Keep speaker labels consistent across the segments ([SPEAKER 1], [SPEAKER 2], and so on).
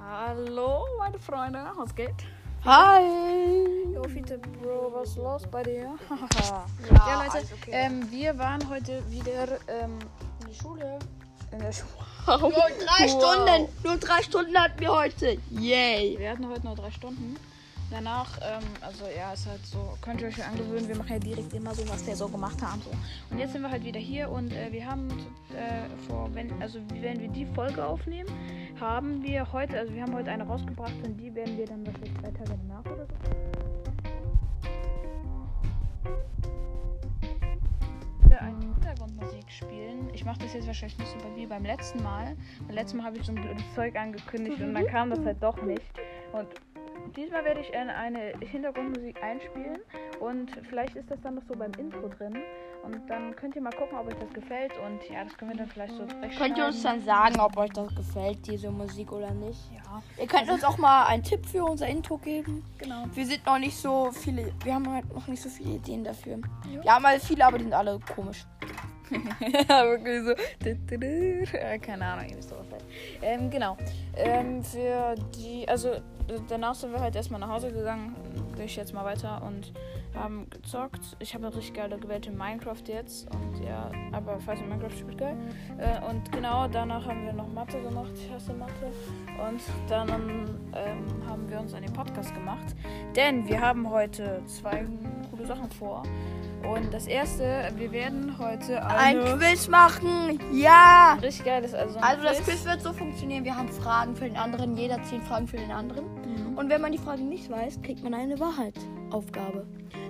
[SPEAKER 1] Hallo, meine Freunde, was geht?
[SPEAKER 2] Hi!
[SPEAKER 1] Jo, Fiete, Bro, was ist los bei dir? ja,
[SPEAKER 2] Ja,
[SPEAKER 1] Leute,
[SPEAKER 2] alles okay.
[SPEAKER 1] ähm, wir waren heute wieder ähm,
[SPEAKER 2] In die Schule.
[SPEAKER 1] in der Schule.
[SPEAKER 2] Nur drei
[SPEAKER 1] Wow.
[SPEAKER 2] Stunden! Nur drei Stunden hatten wir heute! Yay!
[SPEAKER 1] Wir hatten heute nur drei Stunden. Danach, ähm, also ja, ist halt so, könnt ihr euch ja angewöhnen, wir machen ja direkt immer so, was wir so gemacht haben. So. Und jetzt sind wir halt wieder hier und äh, wir haben äh, vor, wenn, also wenn wir die Folge aufnehmen, haben wir heute, also wir haben heute eine rausgebracht und die werden wir dann wahrscheinlich zwei Tage danach oder so. Wieder eine Hintergrundmusik spielen. Ich mache das jetzt wahrscheinlich nicht so bei- wie beim letzten Mal. Beim letzten Mal habe ich so ein blödes Zeug angekündigt und dann kam das halt doch nicht. Und diesmal werde ich eine, eine Hintergrundmusik einspielen und vielleicht ist das dann noch so beim Intro drin. Und dann könnt ihr mal gucken, ob euch das gefällt und ja, das können wir dann vielleicht so
[SPEAKER 2] Könnt ihr uns
[SPEAKER 1] zurechtschneiden.
[SPEAKER 2] dann sagen, ob euch das gefällt, diese Musik oder nicht?
[SPEAKER 1] Ja,
[SPEAKER 2] Ihr könnt uns auch mal einen Tipp für unser Intro geben.
[SPEAKER 1] genau.
[SPEAKER 2] Wir sind noch nicht so viele, wir haben halt noch nicht so viele Ideen dafür. Wir haben halt viele, aber die sind alle komisch.
[SPEAKER 1] ja, wirklich so. Du, du, du. Äh, Keine Ahnung, ihr wisst doch was halt. Ähm, genau. Ähm, für die, also d- danach sind wir halt erstmal nach Hause gegangen. Gehe ich jetzt mal weiter und haben gezockt. Ich habe eine richtig geile Welt in Minecraft jetzt. Und ja, aber falls ihr Minecraft spielt, geil. Äh, und genau, danach haben wir noch Mathe gemacht. Ich hasse Mathe. Und dann ähm, haben wir uns an den Podcast gemacht. Denn wir haben heute zwei coole Sachen vor. Und das erste, wir werden heute
[SPEAKER 2] Ein
[SPEAKER 1] eine
[SPEAKER 2] Quiz machen! Ja!
[SPEAKER 1] richtig geiles, also, ein
[SPEAKER 2] Also das Quiz wird so funktionieren, wir haben Fragen für den anderen, jeder zehn Fragen für den anderen.
[SPEAKER 1] Mhm.
[SPEAKER 2] Und wenn man die Frage nicht weiß, kriegt man eine Wahrheitsaufgabe.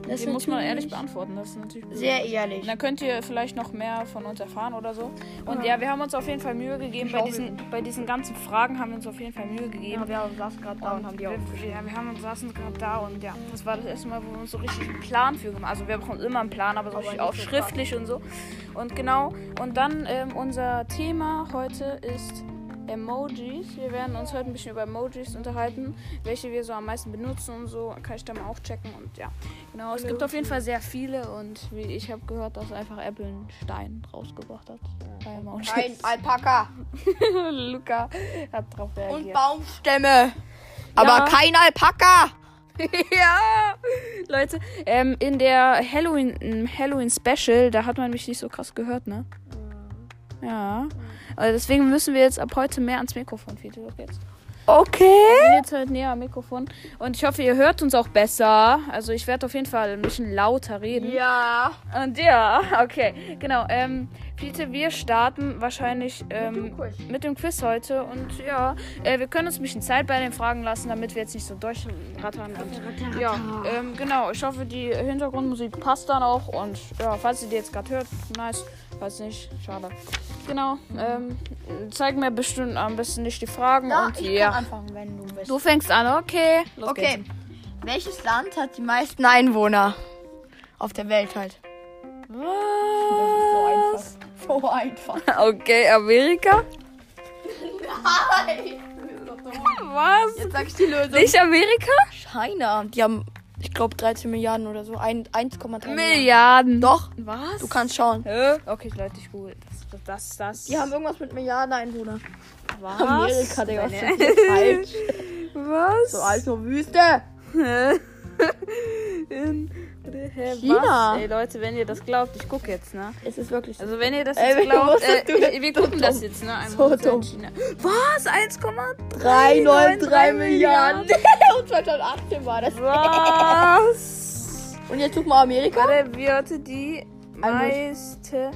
[SPEAKER 2] Das
[SPEAKER 1] Die muss man
[SPEAKER 2] natürlich
[SPEAKER 1] ehrlich beantworten. Das ist natürlich blöd.
[SPEAKER 2] Sehr ehrlich.
[SPEAKER 1] Und Dann könnt ihr vielleicht noch mehr von uns erfahren oder so. Und ja, wir haben uns auf jeden Fall Mühe gegeben.
[SPEAKER 2] Ich
[SPEAKER 1] Bei
[SPEAKER 2] auch
[SPEAKER 1] diesen, bei diesen ganzen Fragen haben wir uns auf jeden Fall Mühe gegeben.
[SPEAKER 2] wir saßen gerade
[SPEAKER 1] Und wir, ja, wir haben uns saßen gerade da und ja, das war das erste Mal, wo wir uns so richtig einen Plan für gemacht haben. Also wir brauchen immer einen Plan, aber so
[SPEAKER 2] Aber
[SPEAKER 1] richtig
[SPEAKER 2] nicht
[SPEAKER 1] auch
[SPEAKER 2] so
[SPEAKER 1] schriftlich und so. Und genau, und dann ähm, unser Thema heute ist Emojis. Wir werden uns heute ein bisschen über Emojis unterhalten, welche wir so am meisten benutzen und so. Kann ich da mal aufchecken und ja. Genau, es gibt auf jeden Fall sehr viele und wie ich habe gehört, dass einfach Apple einen Stein rausgebracht hat. Bei
[SPEAKER 2] Ein
[SPEAKER 1] Emojis.
[SPEAKER 2] Alpaka
[SPEAKER 1] Luca hat drauf reagiert.
[SPEAKER 2] und Baumstämme. Aber
[SPEAKER 1] Ja.
[SPEAKER 2] kein Alpaka.
[SPEAKER 1] ja, Leute, ähm, in der Halloween, im Halloween Special, da hat man mich nicht so krass gehört, ne? Ja. Also deswegen müssen wir jetzt ab heute mehr ans Mikrofon, Fiete, los geht's.
[SPEAKER 2] Okay.
[SPEAKER 1] Wir sind jetzt halt näher am Mikrofon. Und ich hoffe, ihr hört uns auch besser. Also ich werde auf jeden Fall ein bisschen lauter reden.
[SPEAKER 2] Ja.
[SPEAKER 1] Und ja, okay. Genau, ähm, Fiete, wir starten wahrscheinlich ähm,
[SPEAKER 2] Quiz.
[SPEAKER 1] mit dem Quiz heute. Und ja, äh, wir können uns ein bisschen Zeit bei den Fragen lassen, damit wir jetzt nicht so durchrattern. Und ja, ähm, genau. Ich hoffe, die Hintergrundmusik passt dann auch. Und ja, falls ihr die jetzt gerade hört, nice. Falls nicht, schade. Genau. Ähm, zeig mir bestimmt am besten nicht die Fragen.
[SPEAKER 2] Ja,
[SPEAKER 1] und
[SPEAKER 2] ich
[SPEAKER 1] ja.
[SPEAKER 2] kann anfangen, wenn du willst.
[SPEAKER 1] Du fängst an, okay. Los
[SPEAKER 2] okay.
[SPEAKER 1] geht's.
[SPEAKER 2] Welches Land hat die meisten Einwohner auf der Welt halt?
[SPEAKER 1] Was?
[SPEAKER 2] So einfach.
[SPEAKER 1] Okay, Amerika? Was?
[SPEAKER 2] Jetzt sag ich die Lösung.
[SPEAKER 1] Nicht Amerika?
[SPEAKER 2] China. Die haben, ich glaube, 13 Milliarden oder so. Ein- 1,3 Milliarden.
[SPEAKER 1] Milliarden.
[SPEAKER 2] Doch.
[SPEAKER 1] Was?
[SPEAKER 2] Du kannst schauen.
[SPEAKER 1] Hä? Okay, Leute, ich google. Das, das, das.
[SPEAKER 2] Die haben irgendwas mit Milliarden Einwohner.
[SPEAKER 1] was?
[SPEAKER 2] Amerika, Digga.
[SPEAKER 1] Nee.
[SPEAKER 2] Das ist falsch.
[SPEAKER 1] Was?
[SPEAKER 2] So alles nur Wüste.
[SPEAKER 1] In, hä,
[SPEAKER 2] China.
[SPEAKER 1] Was? Ey, Leute, wenn ihr das glaubt, ich guck jetzt, ne?
[SPEAKER 2] Es ist wirklich so.
[SPEAKER 1] Also, wenn ihr das
[SPEAKER 2] Ey,
[SPEAKER 1] jetzt
[SPEAKER 2] wir
[SPEAKER 1] glaubt,
[SPEAKER 2] wussten,
[SPEAKER 1] äh,
[SPEAKER 2] du
[SPEAKER 1] ich, wir
[SPEAKER 2] bist so
[SPEAKER 1] gucken
[SPEAKER 2] dumm.
[SPEAKER 1] das jetzt, ne? Ein
[SPEAKER 2] So
[SPEAKER 1] Prozent
[SPEAKER 2] dumm.
[SPEAKER 1] China. Was?
[SPEAKER 2] 393 Milliarden. Und 2018 war das.
[SPEAKER 1] Was?
[SPEAKER 2] Und jetzt such mal Amerika.
[SPEAKER 1] Warte, wie hatte die meiste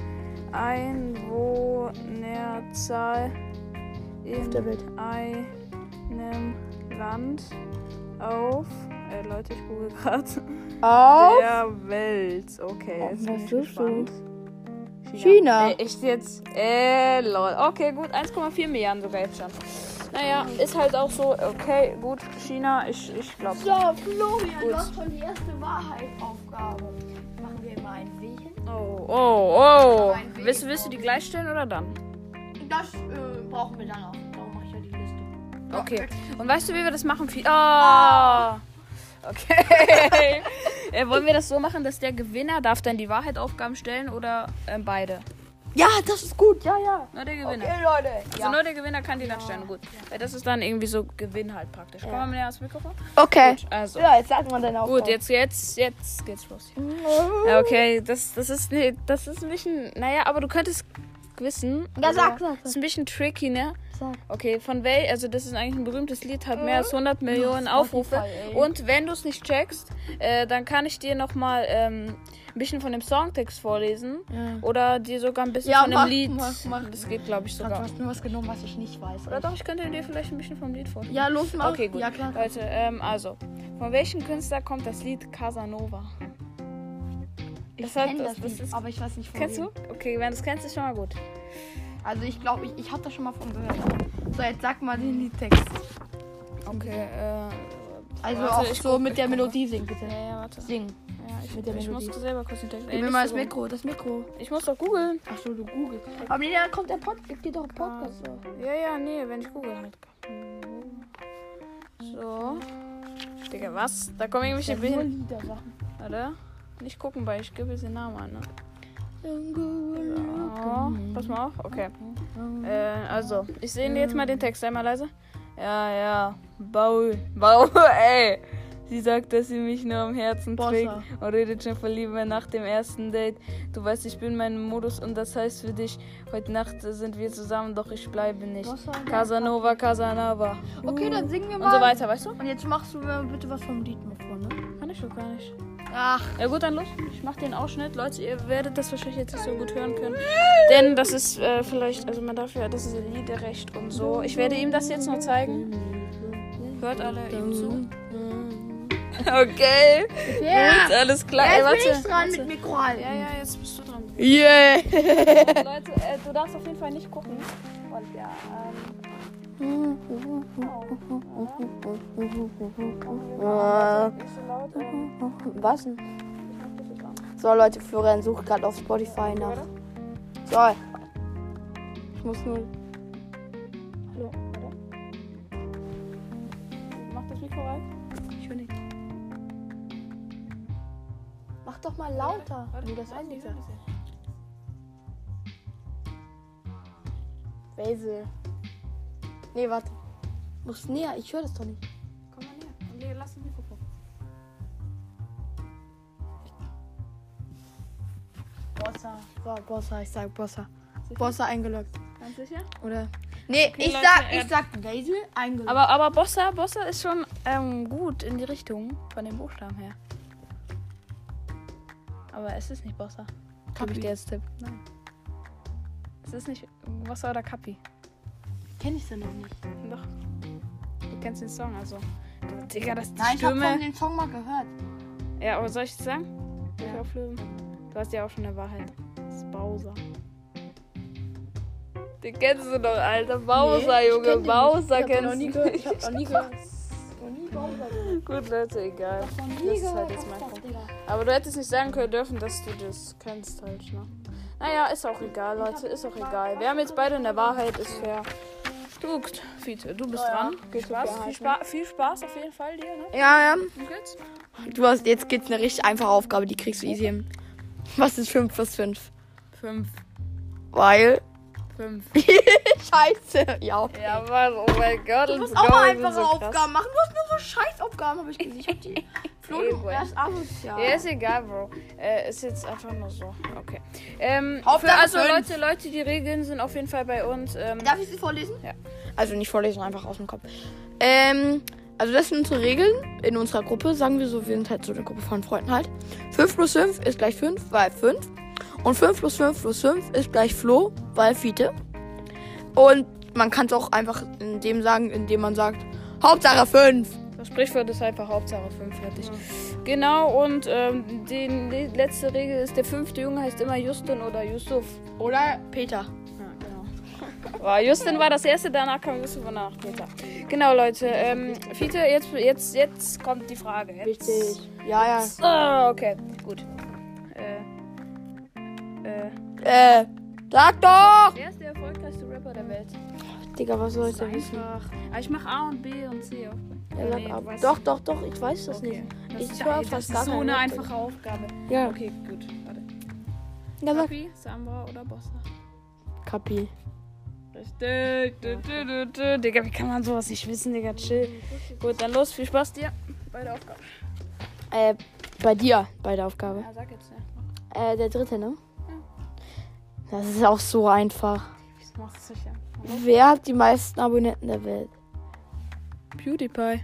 [SPEAKER 1] Einwohnerzahl in
[SPEAKER 2] der Welt.
[SPEAKER 1] einem Land auf. Äh, Leute, ich google gerade.
[SPEAKER 2] Auf
[SPEAKER 1] Der Welt. Okay,
[SPEAKER 2] Oh,
[SPEAKER 1] jetzt
[SPEAKER 2] was
[SPEAKER 1] bin ich
[SPEAKER 2] suchst du?
[SPEAKER 1] gespannt.
[SPEAKER 2] China.
[SPEAKER 1] Ey, echt jetzt? Äh, lol. Okay, gut. 1,4 Milliarden sogar jetzt schon. Naja, ist halt auch so. Okay, gut. China, ich, ich glaube.
[SPEAKER 2] So, Florian,
[SPEAKER 1] Gut.
[SPEAKER 2] du hast schon die erste Wahrheitsaufgabe. Machen wir immer ein Wehen.
[SPEAKER 1] Oh, oh, oh.
[SPEAKER 2] Aber ein wenig
[SPEAKER 1] Willst, willst du die gleich stellen oder dann?
[SPEAKER 2] Das äh, brauchen wir dann auch. Darum mache ich ja die Liste.
[SPEAKER 1] Okay. Und weißt du, wie wir das machen? Fi- Ah. Okay. äh, wollen wir das so machen, dass der Gewinner darf dann die Wahrheitaufgaben stellen oder ähm, beide?
[SPEAKER 2] Ja, das ist gut. Ja, ja.
[SPEAKER 1] Nur der Gewinner.
[SPEAKER 2] Okay, Leute.
[SPEAKER 1] Also
[SPEAKER 2] Ja.
[SPEAKER 1] nur der Gewinner kann die dann Sterne gut. Weil das ist dann irgendwie so Gewinn halt praktisch. Komm mal näher ans Mikrofon.
[SPEAKER 2] Okay.
[SPEAKER 1] Gut, also.
[SPEAKER 2] Äh. Ja, jetzt sagt man dann auch.
[SPEAKER 1] Gut, jetzt, jetzt, jetzt geht's los.
[SPEAKER 2] Uh.
[SPEAKER 1] Ja, okay, das, das ist nee, das ist ein bisschen. Naja, aber du könntest wissen.
[SPEAKER 2] Ja,
[SPEAKER 1] also,
[SPEAKER 2] sag, sag,
[SPEAKER 1] Das ist ein bisschen tricky, ne?
[SPEAKER 2] Sag.
[SPEAKER 1] Okay, von wel, also das ist eigentlich ein berühmtes Lied, hat mehr als 100 Millionen Aufrufe.
[SPEAKER 2] ey.
[SPEAKER 1] Und wenn du es nicht checkst, äh, dann kann ich dir nochmal ähm, ein bisschen von dem Songtext vorlesen.
[SPEAKER 2] Ja.
[SPEAKER 1] Oder dir sogar ein bisschen
[SPEAKER 2] Ja,
[SPEAKER 1] von dem
[SPEAKER 2] mach,
[SPEAKER 1] Lied.
[SPEAKER 2] mach, mach.
[SPEAKER 1] Das geht, glaube ich,
[SPEAKER 2] Du
[SPEAKER 1] sogar.
[SPEAKER 2] hast nur was genommen, was ich nicht weiß.
[SPEAKER 1] Oder doch, ich könnte dir vielleicht ein bisschen vom Lied vorlesen.
[SPEAKER 2] Ja, los, mach.
[SPEAKER 1] Okay, gut.
[SPEAKER 2] Ja, klar.
[SPEAKER 1] Leute, ähm, also, von welchem Künstler kommt das Lied Casanova?
[SPEAKER 2] Ich
[SPEAKER 1] hat-
[SPEAKER 2] kenne das,
[SPEAKER 1] das
[SPEAKER 2] Lied,
[SPEAKER 1] ist-
[SPEAKER 2] aber ich weiß nicht von
[SPEAKER 1] Kennst
[SPEAKER 2] wem.
[SPEAKER 1] du? Okay, wenn du es kennst, ist schon mal gut.
[SPEAKER 2] Also ich glaube, ich, ich habe das schon mal von gehört. So, jetzt sag mal den Liedtext.
[SPEAKER 1] Okay, äh.
[SPEAKER 2] Also
[SPEAKER 1] Warte,
[SPEAKER 2] auch
[SPEAKER 1] ich
[SPEAKER 2] so
[SPEAKER 1] guck,
[SPEAKER 2] mit
[SPEAKER 1] ich
[SPEAKER 2] der
[SPEAKER 1] guck.
[SPEAKER 2] Melodie singen, bitte.
[SPEAKER 1] Ja, ja, warte.
[SPEAKER 2] Singen.
[SPEAKER 1] Ja, ich,
[SPEAKER 2] Mit der
[SPEAKER 1] ich muss
[SPEAKER 2] Melodie.
[SPEAKER 1] selber kurz den Text.
[SPEAKER 2] Gib
[SPEAKER 1] Ey,
[SPEAKER 2] mir
[SPEAKER 1] nicht
[SPEAKER 2] mal das
[SPEAKER 1] so rum.
[SPEAKER 2] Mikro, das Mikro.
[SPEAKER 1] Ich muss doch googeln.
[SPEAKER 2] Ach so, du googelst. Aber nee, da kommt der Podcast, geht doch ein Podcast. so.
[SPEAKER 1] Ja, ja, nee, wenn ich google halt. So. Digga, was? Da kommen irgendwelche
[SPEAKER 2] Ja, nur
[SPEAKER 1] Bilder.
[SPEAKER 2] Liedersachen.
[SPEAKER 1] Oder? Nicht gucken, weil ich gebe jetzt den Namen an. Ne?
[SPEAKER 2] Ja.
[SPEAKER 1] Oh, pass mal auf. Okay. Äh, also, ich sehe jetzt
[SPEAKER 2] Ähm.
[SPEAKER 1] mal den Text. Sei mal leise. Ja, ja. Baul. Baul, ey. Sie sagt, dass sie mich nur am Herzen
[SPEAKER 2] Bossa.
[SPEAKER 1] trägt und redet schon von Liebe nach dem ersten Date. Du weißt, ich bin mein Modus und das heißt für dich, heute Nacht sind wir zusammen, doch ich bleibe nicht.
[SPEAKER 2] Bossa.
[SPEAKER 1] Casanova, Casanova.
[SPEAKER 2] Okay, dann singen wir mal.
[SPEAKER 1] Und so weiter, weißt du?
[SPEAKER 2] Und jetzt machst du mir bitte was vom Lied mit vor, ne?
[SPEAKER 1] Kann ich doch gar nicht.
[SPEAKER 2] Ach,
[SPEAKER 1] Ja gut, dann los. Ich mach den Ausschnitt. Leute, ihr werdet das wahrscheinlich jetzt nicht so gut hören können. Denn das ist äh, vielleicht, also man darf ja, das ist ein Liederrecht und so. Ich werde ihm das jetzt noch zeigen. Hört alle ihm zu. Okay,
[SPEAKER 2] ja.
[SPEAKER 1] gut, alles klar. Ey,
[SPEAKER 2] Jetzt bin ich
[SPEAKER 1] warte.
[SPEAKER 2] dran mit Mikro halten.
[SPEAKER 1] Ja, ja, jetzt bist du dran.
[SPEAKER 2] Yeah.
[SPEAKER 1] Leute, äh, du darfst auf jeden Fall nicht gucken. Und ja, ähm, genau. nicht so laut, Äh, aber
[SPEAKER 2] Was denn? So, Leute, Florian sucht gerade auf Spotify nach.
[SPEAKER 1] Warte.
[SPEAKER 2] So. Ich muss nur.
[SPEAKER 1] Hallo, warte. Mach das Mikro rein.
[SPEAKER 2] Ich will nicht. Mach doch mal lauter.
[SPEAKER 1] Warte,
[SPEAKER 2] Nee, das ist
[SPEAKER 1] warte,
[SPEAKER 2] nicht
[SPEAKER 1] warte.
[SPEAKER 2] Basil. Nee, warte. Muss näher, ich höre das doch nicht.
[SPEAKER 1] Komm mal näher. Nee, lass das Mikrofon.
[SPEAKER 2] Bossa. So, Bossa, ich sag Bossa. Bossa eingeloggt.
[SPEAKER 1] Ganz sicher?
[SPEAKER 2] Oder? Nee, ich
[SPEAKER 1] Leute,
[SPEAKER 2] sag,
[SPEAKER 1] äh,
[SPEAKER 2] ich sag Basil eingeloggt.
[SPEAKER 1] Aber, aber Bossa, Bossa ist schon ähm, gut in die Richtung von dem Buchstaben her. Aber es ist nicht Bossa. Gebe ich dir jetzt Tipp. Nein. Es ist nicht Bossa oder Kapi.
[SPEAKER 2] Kenne ich sie noch nicht.
[SPEAKER 1] Doch. Du kennst den Song, also. Digga, das ist die
[SPEAKER 2] Nein, ich habe
[SPEAKER 1] Stimme.
[SPEAKER 2] von den Song mal gehört.
[SPEAKER 1] Ja, aber soll ich das sagen? Soll ich auflösen? Du hast ja auch schon eine Wahrheit. Das ist Bowser. Den kennst du doch, Alter. Bowser,
[SPEAKER 2] Nee, ich
[SPEAKER 1] Junge.
[SPEAKER 2] kenn den nicht.
[SPEAKER 1] Bowser
[SPEAKER 2] ich hab den noch
[SPEAKER 1] kennst
[SPEAKER 2] nie
[SPEAKER 1] du.
[SPEAKER 2] gehört. Ich hab noch nie gehört. Noch nie gehört.
[SPEAKER 1] Gut, Leute, egal.
[SPEAKER 2] Noch nie
[SPEAKER 1] Das ist
[SPEAKER 2] gehört.
[SPEAKER 1] halt jetzt mein
[SPEAKER 2] Das
[SPEAKER 1] Punkt.
[SPEAKER 2] ist das, Digga.
[SPEAKER 1] Aber du hättest nicht sagen können dürfen, dass du das kannst halt, ne? Naja, ist auch egal, Leute, ist auch egal. Wir haben jetzt beide in der Wahrheit, ist fair. Du, Fiete, du bist
[SPEAKER 2] Ja, ja.
[SPEAKER 1] dran. Viel Spaß, viel Spaß, viel Spaß auf jeden Fall dir, ne?
[SPEAKER 2] Ja, ja.
[SPEAKER 1] Wie geht's?
[SPEAKER 2] Du hast jetzt geht's eine richtig einfache Aufgabe, die kriegst du easy hin. Was ist 5 plus 5?
[SPEAKER 1] Fünf,
[SPEAKER 2] Weil.
[SPEAKER 1] fünf.
[SPEAKER 2] Scheiße. Ja, okay.
[SPEAKER 1] Ja, Mann, oh mein Gott.
[SPEAKER 2] Du musst auch mal einfache Aufgaben machen. Du hast nur so Scheißaufgaben, habe ich gesehen. Ich hab die. Flo,
[SPEAKER 1] Eh,
[SPEAKER 2] du
[SPEAKER 1] boy.
[SPEAKER 2] wärst asozial.
[SPEAKER 1] Ja, ist egal, Bro. Äh, ist jetzt einfach nur so. Okay. Ähm,
[SPEAKER 2] Hauptsache
[SPEAKER 1] für, also
[SPEAKER 2] fünf.
[SPEAKER 1] Leute, Leute, die Regeln sind auf jeden Fall bei uns. Ähm,
[SPEAKER 2] Darf ich sie vorlesen?
[SPEAKER 1] Ja.
[SPEAKER 2] Also nicht vorlesen, einfach aus dem Kopf. Ähm, also das sind unsere Regeln in unserer Gruppe. Sagen wir so, wir sind halt so eine Gruppe von Freunden halt. 5 plus 5 ist gleich 5, weil 5. Und 5 plus 5 plus 5 ist gleich Flo, weil Fiete. Und man kann es auch einfach in dem sagen, indem man sagt, Hauptsache 5.
[SPEAKER 1] Das Sprichwort ist einfach Hauptsache 5 fertig. Genau, und ähm, die, die letzte Regel ist, der fünfte Junge heißt immer Justin oder Yusuf.
[SPEAKER 2] Oder Peter.
[SPEAKER 1] Ja, genau. War, Justin war das erste, danach kam Yusuf und danach Peter. Genau, Leute. Ähm, Fiete, jetzt, jetzt, jetzt kommt die Frage. Jetzt.
[SPEAKER 2] Ja,
[SPEAKER 1] Ah, okay, gut. Äh, äh,
[SPEAKER 2] ja. Äh, sag doch!
[SPEAKER 1] wer ist der erfolgreichste Rapper der Welt?
[SPEAKER 2] Digga, was soll ich
[SPEAKER 1] Ist
[SPEAKER 2] denn wissen?
[SPEAKER 1] einfach. Ah, ich mache A und B und C auf.
[SPEAKER 2] Ja, sag
[SPEAKER 1] Nee,
[SPEAKER 2] ab.
[SPEAKER 1] weißt du-
[SPEAKER 2] Doch, doch, doch, ich weiß das
[SPEAKER 1] Okay.
[SPEAKER 2] nicht.
[SPEAKER 1] Das
[SPEAKER 2] Ich
[SPEAKER 1] ist,
[SPEAKER 2] höre
[SPEAKER 1] das
[SPEAKER 2] fast
[SPEAKER 1] ist
[SPEAKER 2] gar
[SPEAKER 1] so
[SPEAKER 2] keine
[SPEAKER 1] eine
[SPEAKER 2] Rap.
[SPEAKER 1] einfache Aufgabe.
[SPEAKER 2] Ja,
[SPEAKER 1] Okay, gut. Warte.
[SPEAKER 2] ja sag.
[SPEAKER 1] Kapi, Sambra oder Bossa?
[SPEAKER 2] Kapi.
[SPEAKER 1] Richtig. Du, du, du, du. Digga, wie kann man sowas nicht wissen, Digga? Chill. Gut, dann los. Viel Spaß dir bei der Aufgabe.
[SPEAKER 2] Äh, bei dir, bei der Aufgabe.
[SPEAKER 1] Ja, sag jetzt, ja.
[SPEAKER 2] Äh, der dritte, ne? Das ist auch so einfach.
[SPEAKER 1] Ich mach's sicher.
[SPEAKER 2] Wer hat die meisten Abonnenten der Welt?
[SPEAKER 1] PewDiePie.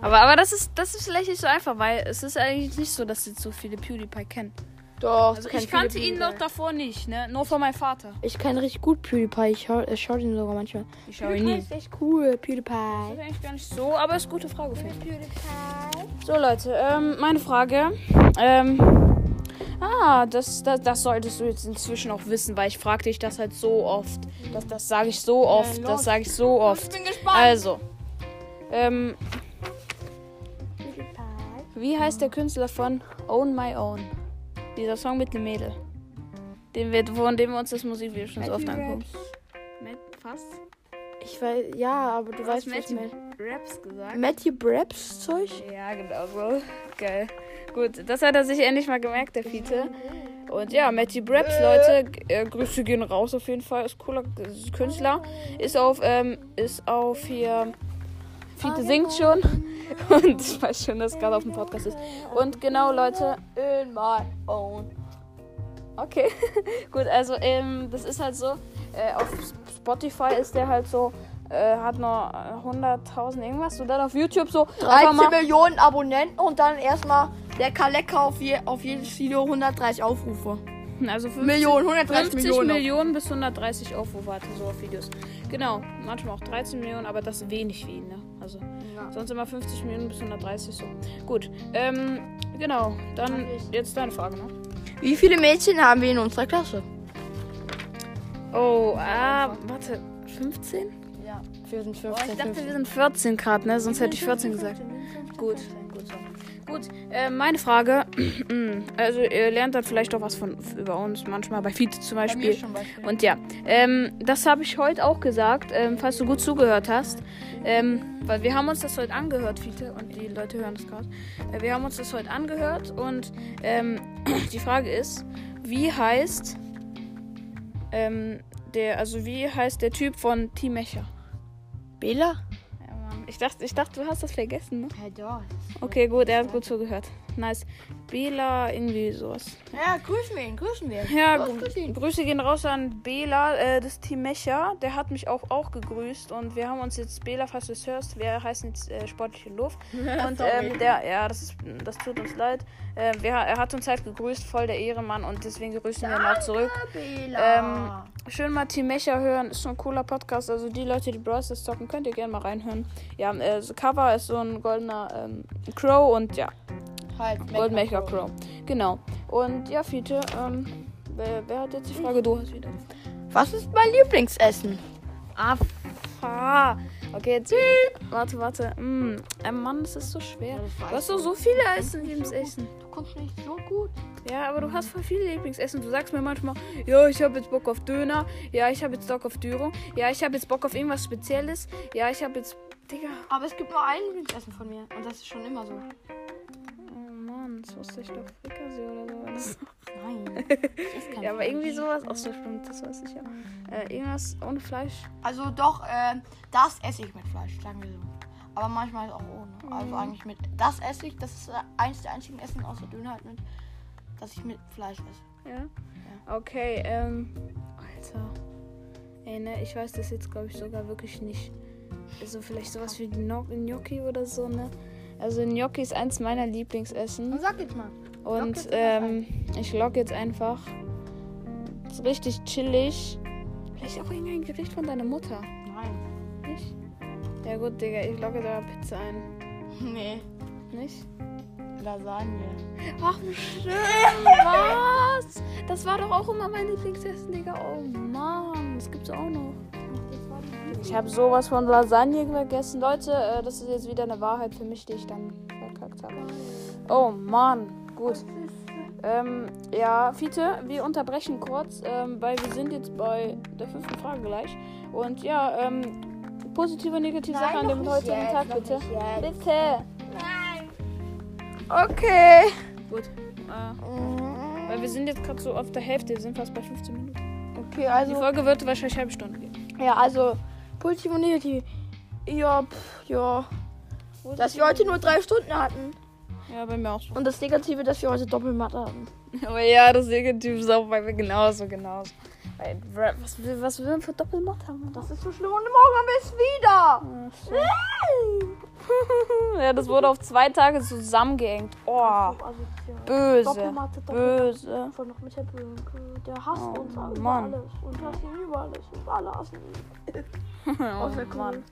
[SPEAKER 1] Aber, aber das, ist, das ist vielleicht nicht so einfach, weil es ist eigentlich nicht so, dass jetzt so viele PewDiePie kennen.
[SPEAKER 2] Doch,
[SPEAKER 1] Also ich kannte ihn noch davor nicht, ne? Nur von meinem Vater.
[SPEAKER 2] Ich kenne richtig gut PewDiePie. Ich schaue ich schau den sogar manchmal.
[SPEAKER 1] Ich schaue ihn
[SPEAKER 2] PewDiePie
[SPEAKER 1] nie.
[SPEAKER 2] ist echt cool.
[SPEAKER 1] Das ist
[SPEAKER 2] PewDiePie.
[SPEAKER 1] eigentlich gar nicht so, aber ist eine gute Frage für mich.
[SPEAKER 2] PewDiePie.
[SPEAKER 1] So Leute, ähm, meine Frage. Ähm, ah, das, das, das solltest du jetzt inzwischen auch wissen, weil ich frage dich das halt so oft. Das, das sage ich so oft,
[SPEAKER 2] los.
[SPEAKER 1] das sage ich so
[SPEAKER 2] Ich
[SPEAKER 1] oft.
[SPEAKER 2] bin gespannt.
[SPEAKER 1] Also, ähm, wie heißt der Künstler von Own My Own? Dieser Song mit dem Mädel. Den wir, von dem wir uns das Musikvideo schon so oft
[SPEAKER 2] Matthew
[SPEAKER 1] angucken. Fast
[SPEAKER 2] Ich weiß, ja, aber du
[SPEAKER 1] Was
[SPEAKER 2] weißt
[SPEAKER 1] Matthew-
[SPEAKER 2] nicht mehr.
[SPEAKER 1] Raps gesagt.
[SPEAKER 2] Matthew Braps Zeug?
[SPEAKER 1] Ja, genau so. Geil. Gut, das hat er sich endlich mal gemerkt, der Fiete. Und ja, Matty Braps, Leute, g- äh, Grüße gehen raus auf jeden Fall. Ist cooler G- Künstler. Ist auf, ähm, ist auf hier. Fiete singt schon. Und ich weiß schon, dass gerade auf dem Podcast ist. Und genau, Leute. In my own. Okay, gut, also ähm, das ist halt so. Äh, auf Spotify ist der halt so. Äh, hat noch 100.000 irgendwas. Und dann auf YouTube so. einfach
[SPEAKER 2] 13
[SPEAKER 1] mal-
[SPEAKER 2] Millionen Abonnenten und dann erstmal der Kalecker auf, je, auf jedes Video 130 Aufrufe.
[SPEAKER 1] Also 50,
[SPEAKER 2] Millionen, 130
[SPEAKER 1] 50
[SPEAKER 2] Millionen.
[SPEAKER 1] Millionen. bis 130 Aufrufe hatte so auf Videos. Genau, manchmal auch 13 Millionen, aber das ist wenig für ihn, ne? Also
[SPEAKER 2] Ja.
[SPEAKER 1] sonst immer 50 Millionen bis 130 so. Gut, ähm, genau, dann jetzt deine Frage, ne?
[SPEAKER 2] Wie viele Mädchen haben wir in unserer Klasse?
[SPEAKER 1] Oh, ah, warte, 15?
[SPEAKER 2] Ja. Wir sind
[SPEAKER 1] Oh,
[SPEAKER 2] 15.
[SPEAKER 1] ich dachte, wir sind 14 gerade, ne? Sonst hätte ich 14 gesagt. Gut. Gut, so. Gut äh, meine Frage, also ihr lernt dann vielleicht auch was von über uns, manchmal bei Feed zum Beispiel. Und ja, ähm, das habe ich heute auch gesagt, ähm, falls du gut zugehört hast. Ähm, weil wir haben uns das heute angehört, Fiete, und die Leute hören das gerade. Äh, wir haben uns das heute angehört und ähm, die Frage ist, wie heißt ähm, der, also wie heißt der Typ von Team Mecher?
[SPEAKER 2] Bela?
[SPEAKER 1] Ja, Mann. Ich dachte, ich dachte, du hast das vergessen, ne?
[SPEAKER 2] Ja, ja.
[SPEAKER 1] Okay, gut, er hat gut zugehört. Nice. Bela, irgendwie sowas.
[SPEAKER 2] Ja, grüßen wir ihn, grüßen wir ihn.
[SPEAKER 1] Ja,
[SPEAKER 2] Los,
[SPEAKER 1] gr-
[SPEAKER 2] grüß ihn.
[SPEAKER 1] Grüße gehen raus an Bela, äh, das Team Mecha. Der hat mich auch, auch gegrüßt und wir haben uns jetzt, Bela, falls du es hörst, wir heißen jetzt äh, Sportliche Luft. Und
[SPEAKER 2] Sorry.
[SPEAKER 1] ähm, der, ja, das, ist, das tut uns leid. Äh, wir, er hat uns halt gegrüßt, voll der Ehrenmann und deswegen grüßen wir ihn auch zurück.
[SPEAKER 2] Bela.
[SPEAKER 1] Schön mal Team Mecha hören, ist schon ein cooler Podcast. Also die Leute, die Brawl Stars zocken, könnt ihr gerne mal reinhören. Ja, äh, so Cover ist so ein goldener ähm, Crow und ja,
[SPEAKER 2] halt,
[SPEAKER 1] Goldmaker Crow. Genau. Und ja, Fiete, ähm, wer, wer hat jetzt die Frage? Du hast wieder.
[SPEAKER 2] Was ist mein Lieblingsessen?
[SPEAKER 1] Affa. Okay, jetzt. Warte, warte. Mm. Ähm, Mann, das ist so schwer. Du hast doch so viele Essen, Lieblingsessen.
[SPEAKER 2] Du kommst nicht so gut.
[SPEAKER 1] Ja, aber du hast voll viele Lieblingsessen. Du sagst mir manchmal, ja, ich habe jetzt Bock auf Döner. Ja, ich habe jetzt Bock auf Dürung. Ja, ich habe jetzt Bock auf irgendwas Spezielles. Ja, ich habe jetzt. Digga.
[SPEAKER 2] Aber es gibt nur ein Lieblingsessen von mir. Und das ist schon immer so.
[SPEAKER 1] Oh Mann, das wusste ich doch. Frikassee oder sowas.
[SPEAKER 2] Nein. Ich esse kein
[SPEAKER 1] Ja, aber
[SPEAKER 2] Fleisch.
[SPEAKER 1] irgendwie sowas. Ach so, stimmt, das weiß ich ja. Äh, irgendwas ohne Fleisch.
[SPEAKER 2] Also doch, äh, das esse ich mit Fleisch, sagen wir so. Aber manchmal auch ohne. Also eigentlich mit. Das esse ich, das ist äh, eins der einzigen Essen außer Döner halt mit, dass ich mit Fleisch esse.
[SPEAKER 1] Ja. Okay, ähm. Alter. Ey, ne, ich weiß das jetzt, glaube ich, sogar wirklich nicht. Also vielleicht sowas wie Gno- Gnocchi oder so, ne? Also Gnocchi ist eins meiner Lieblingsessen.
[SPEAKER 2] sag jetzt mal. lock
[SPEAKER 1] Und
[SPEAKER 2] jetzt
[SPEAKER 1] ähm, ich log jetzt einfach. Ist richtig chillig. Vielleicht auch irgendein Gericht von deiner Mutter.
[SPEAKER 2] Nein.
[SPEAKER 1] Nicht? Ja gut, Digga, ich logge da Pizza ein.
[SPEAKER 2] Nee.
[SPEAKER 1] Nicht?
[SPEAKER 2] Lasagne.
[SPEAKER 1] Ach, schön. Was? Das war doch auch immer mein Lieblingsessen, Digga. Oh Mann, das gibt's auch noch. Ich habe sowas von Lasagne gegessen. Leute, äh, das ist jetzt wieder eine Wahrheit für mich, die ich dann verkackt habe. Oh Mann, gut. Ähm, ja, Fiete, wir unterbrechen kurz, ähm, weil wir sind jetzt bei der fünften Frage gleich. Und ja, ähm, positive und negative Sachen an dem heutigen Tag, bitte. Bitte.
[SPEAKER 2] Okay.
[SPEAKER 1] Ah,
[SPEAKER 2] Mhm.
[SPEAKER 1] Gut. Äh, weil wir sind jetzt gerade so auf der Hälfte, wir sind fast bei 15 Minuten.
[SPEAKER 2] Okay. Okay,
[SPEAKER 1] Die
[SPEAKER 2] also.
[SPEAKER 1] Folge wird wahrscheinlich eine halbe Stunde gehen.
[SPEAKER 2] Ja, also. Positiv und negativ. Ja, pff, ja. Dass wir heute nur drei Stunden hatten.
[SPEAKER 1] Ja, bei mir auch so.
[SPEAKER 2] Und das Negative, dass wir heute Doppelmatte hatten.
[SPEAKER 1] Aber ja, das Negativ ist auch bei mir genauso, genauso. Weil, Bra- was, will- was will man für Doppelmatt haben?
[SPEAKER 2] Das ist so schlimm und morgen haben wir es wieder.
[SPEAKER 1] ja, das wurde auf zwei Tage zusammengehängt. Oh,
[SPEAKER 2] Asozial.
[SPEAKER 1] böse.
[SPEAKER 2] Doppelmatte, Doppelmatte.
[SPEAKER 1] Böse.
[SPEAKER 2] Von noch mit der Böhnke. Der hasst
[SPEAKER 1] Oh,
[SPEAKER 2] uns über
[SPEAKER 1] Mann.
[SPEAKER 2] alles. Und hasst ihn über alles. Und alle hassen ihn. Außer
[SPEAKER 1] Oh,
[SPEAKER 2] Kuh.
[SPEAKER 1] Mann.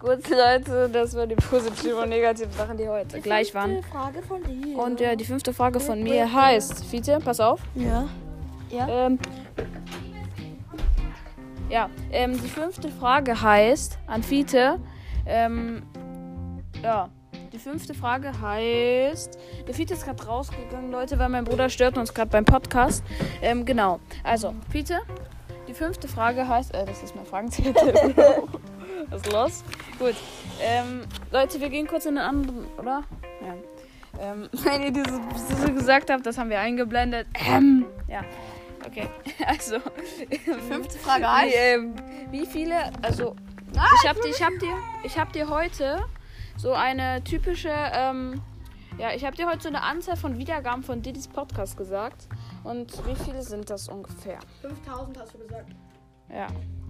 [SPEAKER 1] Gut, Leute, das waren die positiven und negativen Sachen, die heute gleich waren.
[SPEAKER 2] fünfte Frage von dir.
[SPEAKER 1] Und ja, die fünfte Frage von mir heißt, Fiete, pass auf.
[SPEAKER 2] Ja.
[SPEAKER 1] Ähm, ja, ähm, die fünfte Frage heißt an Fiete. Ähm, ja, die fünfte Frage heißt. Der Fiete ist gerade rausgegangen, Leute, weil mein Bruder stört uns gerade beim Podcast. Ähm, genau. Also, Fiete, die fünfte Frage heißt. Äh, das ist mein Fragenzettel. Was ist los? Gut. Ähm, Leute, wir gehen kurz in den anderen, oder? Ja. Ähm, wenn ihr dieses, dieses gesagt habt, das haben wir eingeblendet. Ähm, ja. Okay, also.
[SPEAKER 2] Fünfte Frage
[SPEAKER 1] Wie, ähm, wie viele, also ich habe dir, ich hab dir, ich hab dir heute so eine typische, ähm, ja, ich habe dir heute so eine Anzahl von Wiedergaben von Didis Podcast gesagt. Und wie viele sind das ungefähr?
[SPEAKER 2] 5000 hast du gesagt.
[SPEAKER 1] Ja.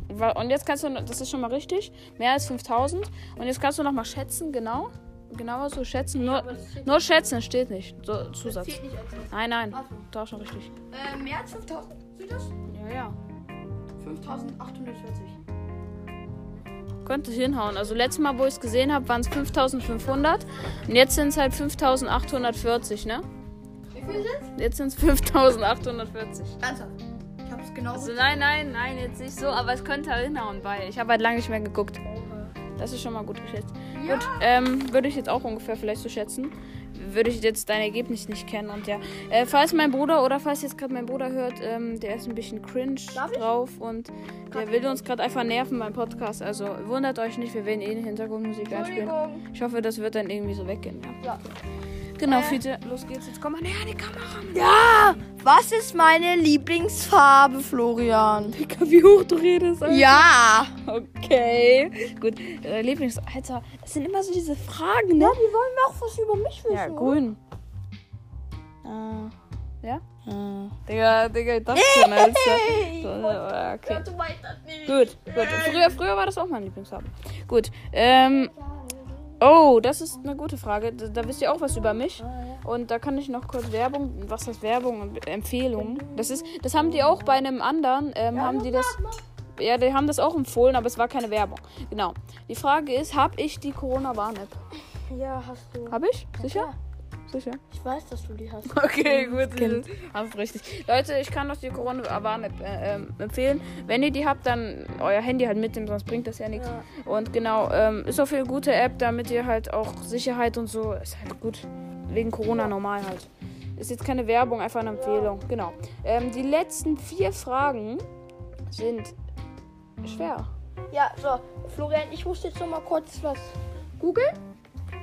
[SPEAKER 1] Wa- Und jetzt kannst du, das ist schon mal richtig, mehr als 5000. Und jetzt kannst du nochmal schätzen, genau. Genauer so schätzen, nur,
[SPEAKER 2] das steht
[SPEAKER 1] nur schätzen steht nicht. So, Ah. Zusatz.
[SPEAKER 2] nicht als
[SPEAKER 1] Nein, nein,
[SPEAKER 2] Also.
[SPEAKER 1] du hast schon richtig.
[SPEAKER 2] äh, Mehr als 5000? Sind das?
[SPEAKER 1] Ja, ja.
[SPEAKER 2] 5840.
[SPEAKER 1] Könnte ich hinhauen. Also letztes Mal, wo ich es gesehen habe, waren es 5500 und jetzt sind es halt 5840, ne?
[SPEAKER 2] Wie viel sind's?
[SPEAKER 1] Jetzt sind es 5840.
[SPEAKER 2] Ernsthaft. Ich hab's genau.
[SPEAKER 1] Also nein, nein, nein, jetzt nicht so, aber es könnte halt hinhauen bei. Ich habe halt lange nicht mehr geguckt. Das ist schon mal gut geschätzt.
[SPEAKER 2] Ja.
[SPEAKER 1] Gut, ähm, würde ich jetzt auch ungefähr vielleicht so schätzen. Würde ich jetzt dein Ergebnis nicht kennen und ja. Äh, falls mein Bruder oder falls jetzt gerade mein Bruder hört, ähm, der ist ein bisschen cringe
[SPEAKER 2] Darf ich?
[SPEAKER 1] drauf und der will uns gerade einfach nerven beim Podcast. Also wundert euch nicht, wir werden eh Hintergrundmusik einspielen.
[SPEAKER 2] Entschuldigung.
[SPEAKER 1] Ich hoffe, das wird dann irgendwie so weggehen. Ja.
[SPEAKER 2] Ja.
[SPEAKER 1] Genau,
[SPEAKER 2] Äh.
[SPEAKER 1] Fiete, los geht's. Jetzt komm mal näher an die Kamera.
[SPEAKER 2] Ja, was ist meine Lieblingsfarbe, Florian?
[SPEAKER 1] Dicker, wie hoch du redest. Alter.
[SPEAKER 2] Ja.
[SPEAKER 1] Okay. Gut. Äh, Lieblings... Alter, das sind immer so diese Fragen, ne?
[SPEAKER 2] Ja, die wollen auch was über mich wissen.
[SPEAKER 1] Ja, grün. Äh, ja?
[SPEAKER 2] Äh.
[SPEAKER 1] Digga, Digga, ich dachte schon, als
[SPEAKER 2] Hey.
[SPEAKER 1] ja, okay.
[SPEAKER 2] Du weißt das nicht.
[SPEAKER 1] Gut, gut. Früher, früher war das auch mein Lieblingsfarbe. Gut. Ähm, oh, das ist eine gute Frage. Da, da wisst ihr auch was über mich. Und da kann ich noch kurz Werbung, was heißt Werbung und Empfehlung. Das ist, das haben die auch bei einem anderen. Ähm, haben die das? Ja, die haben das auch empfohlen, aber es war keine Werbung. Genau. Die Frage ist, habe ich die Corona-Warn-App?
[SPEAKER 2] Ja, hast du.
[SPEAKER 1] Habe ich? Sicher? Sicher.
[SPEAKER 2] Ich weiß, dass du die hast.
[SPEAKER 1] Okay, gut. Hast richtig. Leute, ich kann euch die Corona-Warn-App äh, ähm, empfehlen. Wenn ihr die habt, dann euer Handy halt mitnehmen, sonst bringt das ja nichts.
[SPEAKER 2] Ja.
[SPEAKER 1] Und genau, ähm, ist auch eine gute App, damit ihr halt auch Sicherheit und so, ist halt gut. Wegen Corona normal halt. Ist jetzt keine Werbung, einfach eine Empfehlung. Genau. Ähm, die letzten vier Fragen sind schwer.
[SPEAKER 2] Ja, so, Florian, ich muss jetzt noch mal kurz was googeln.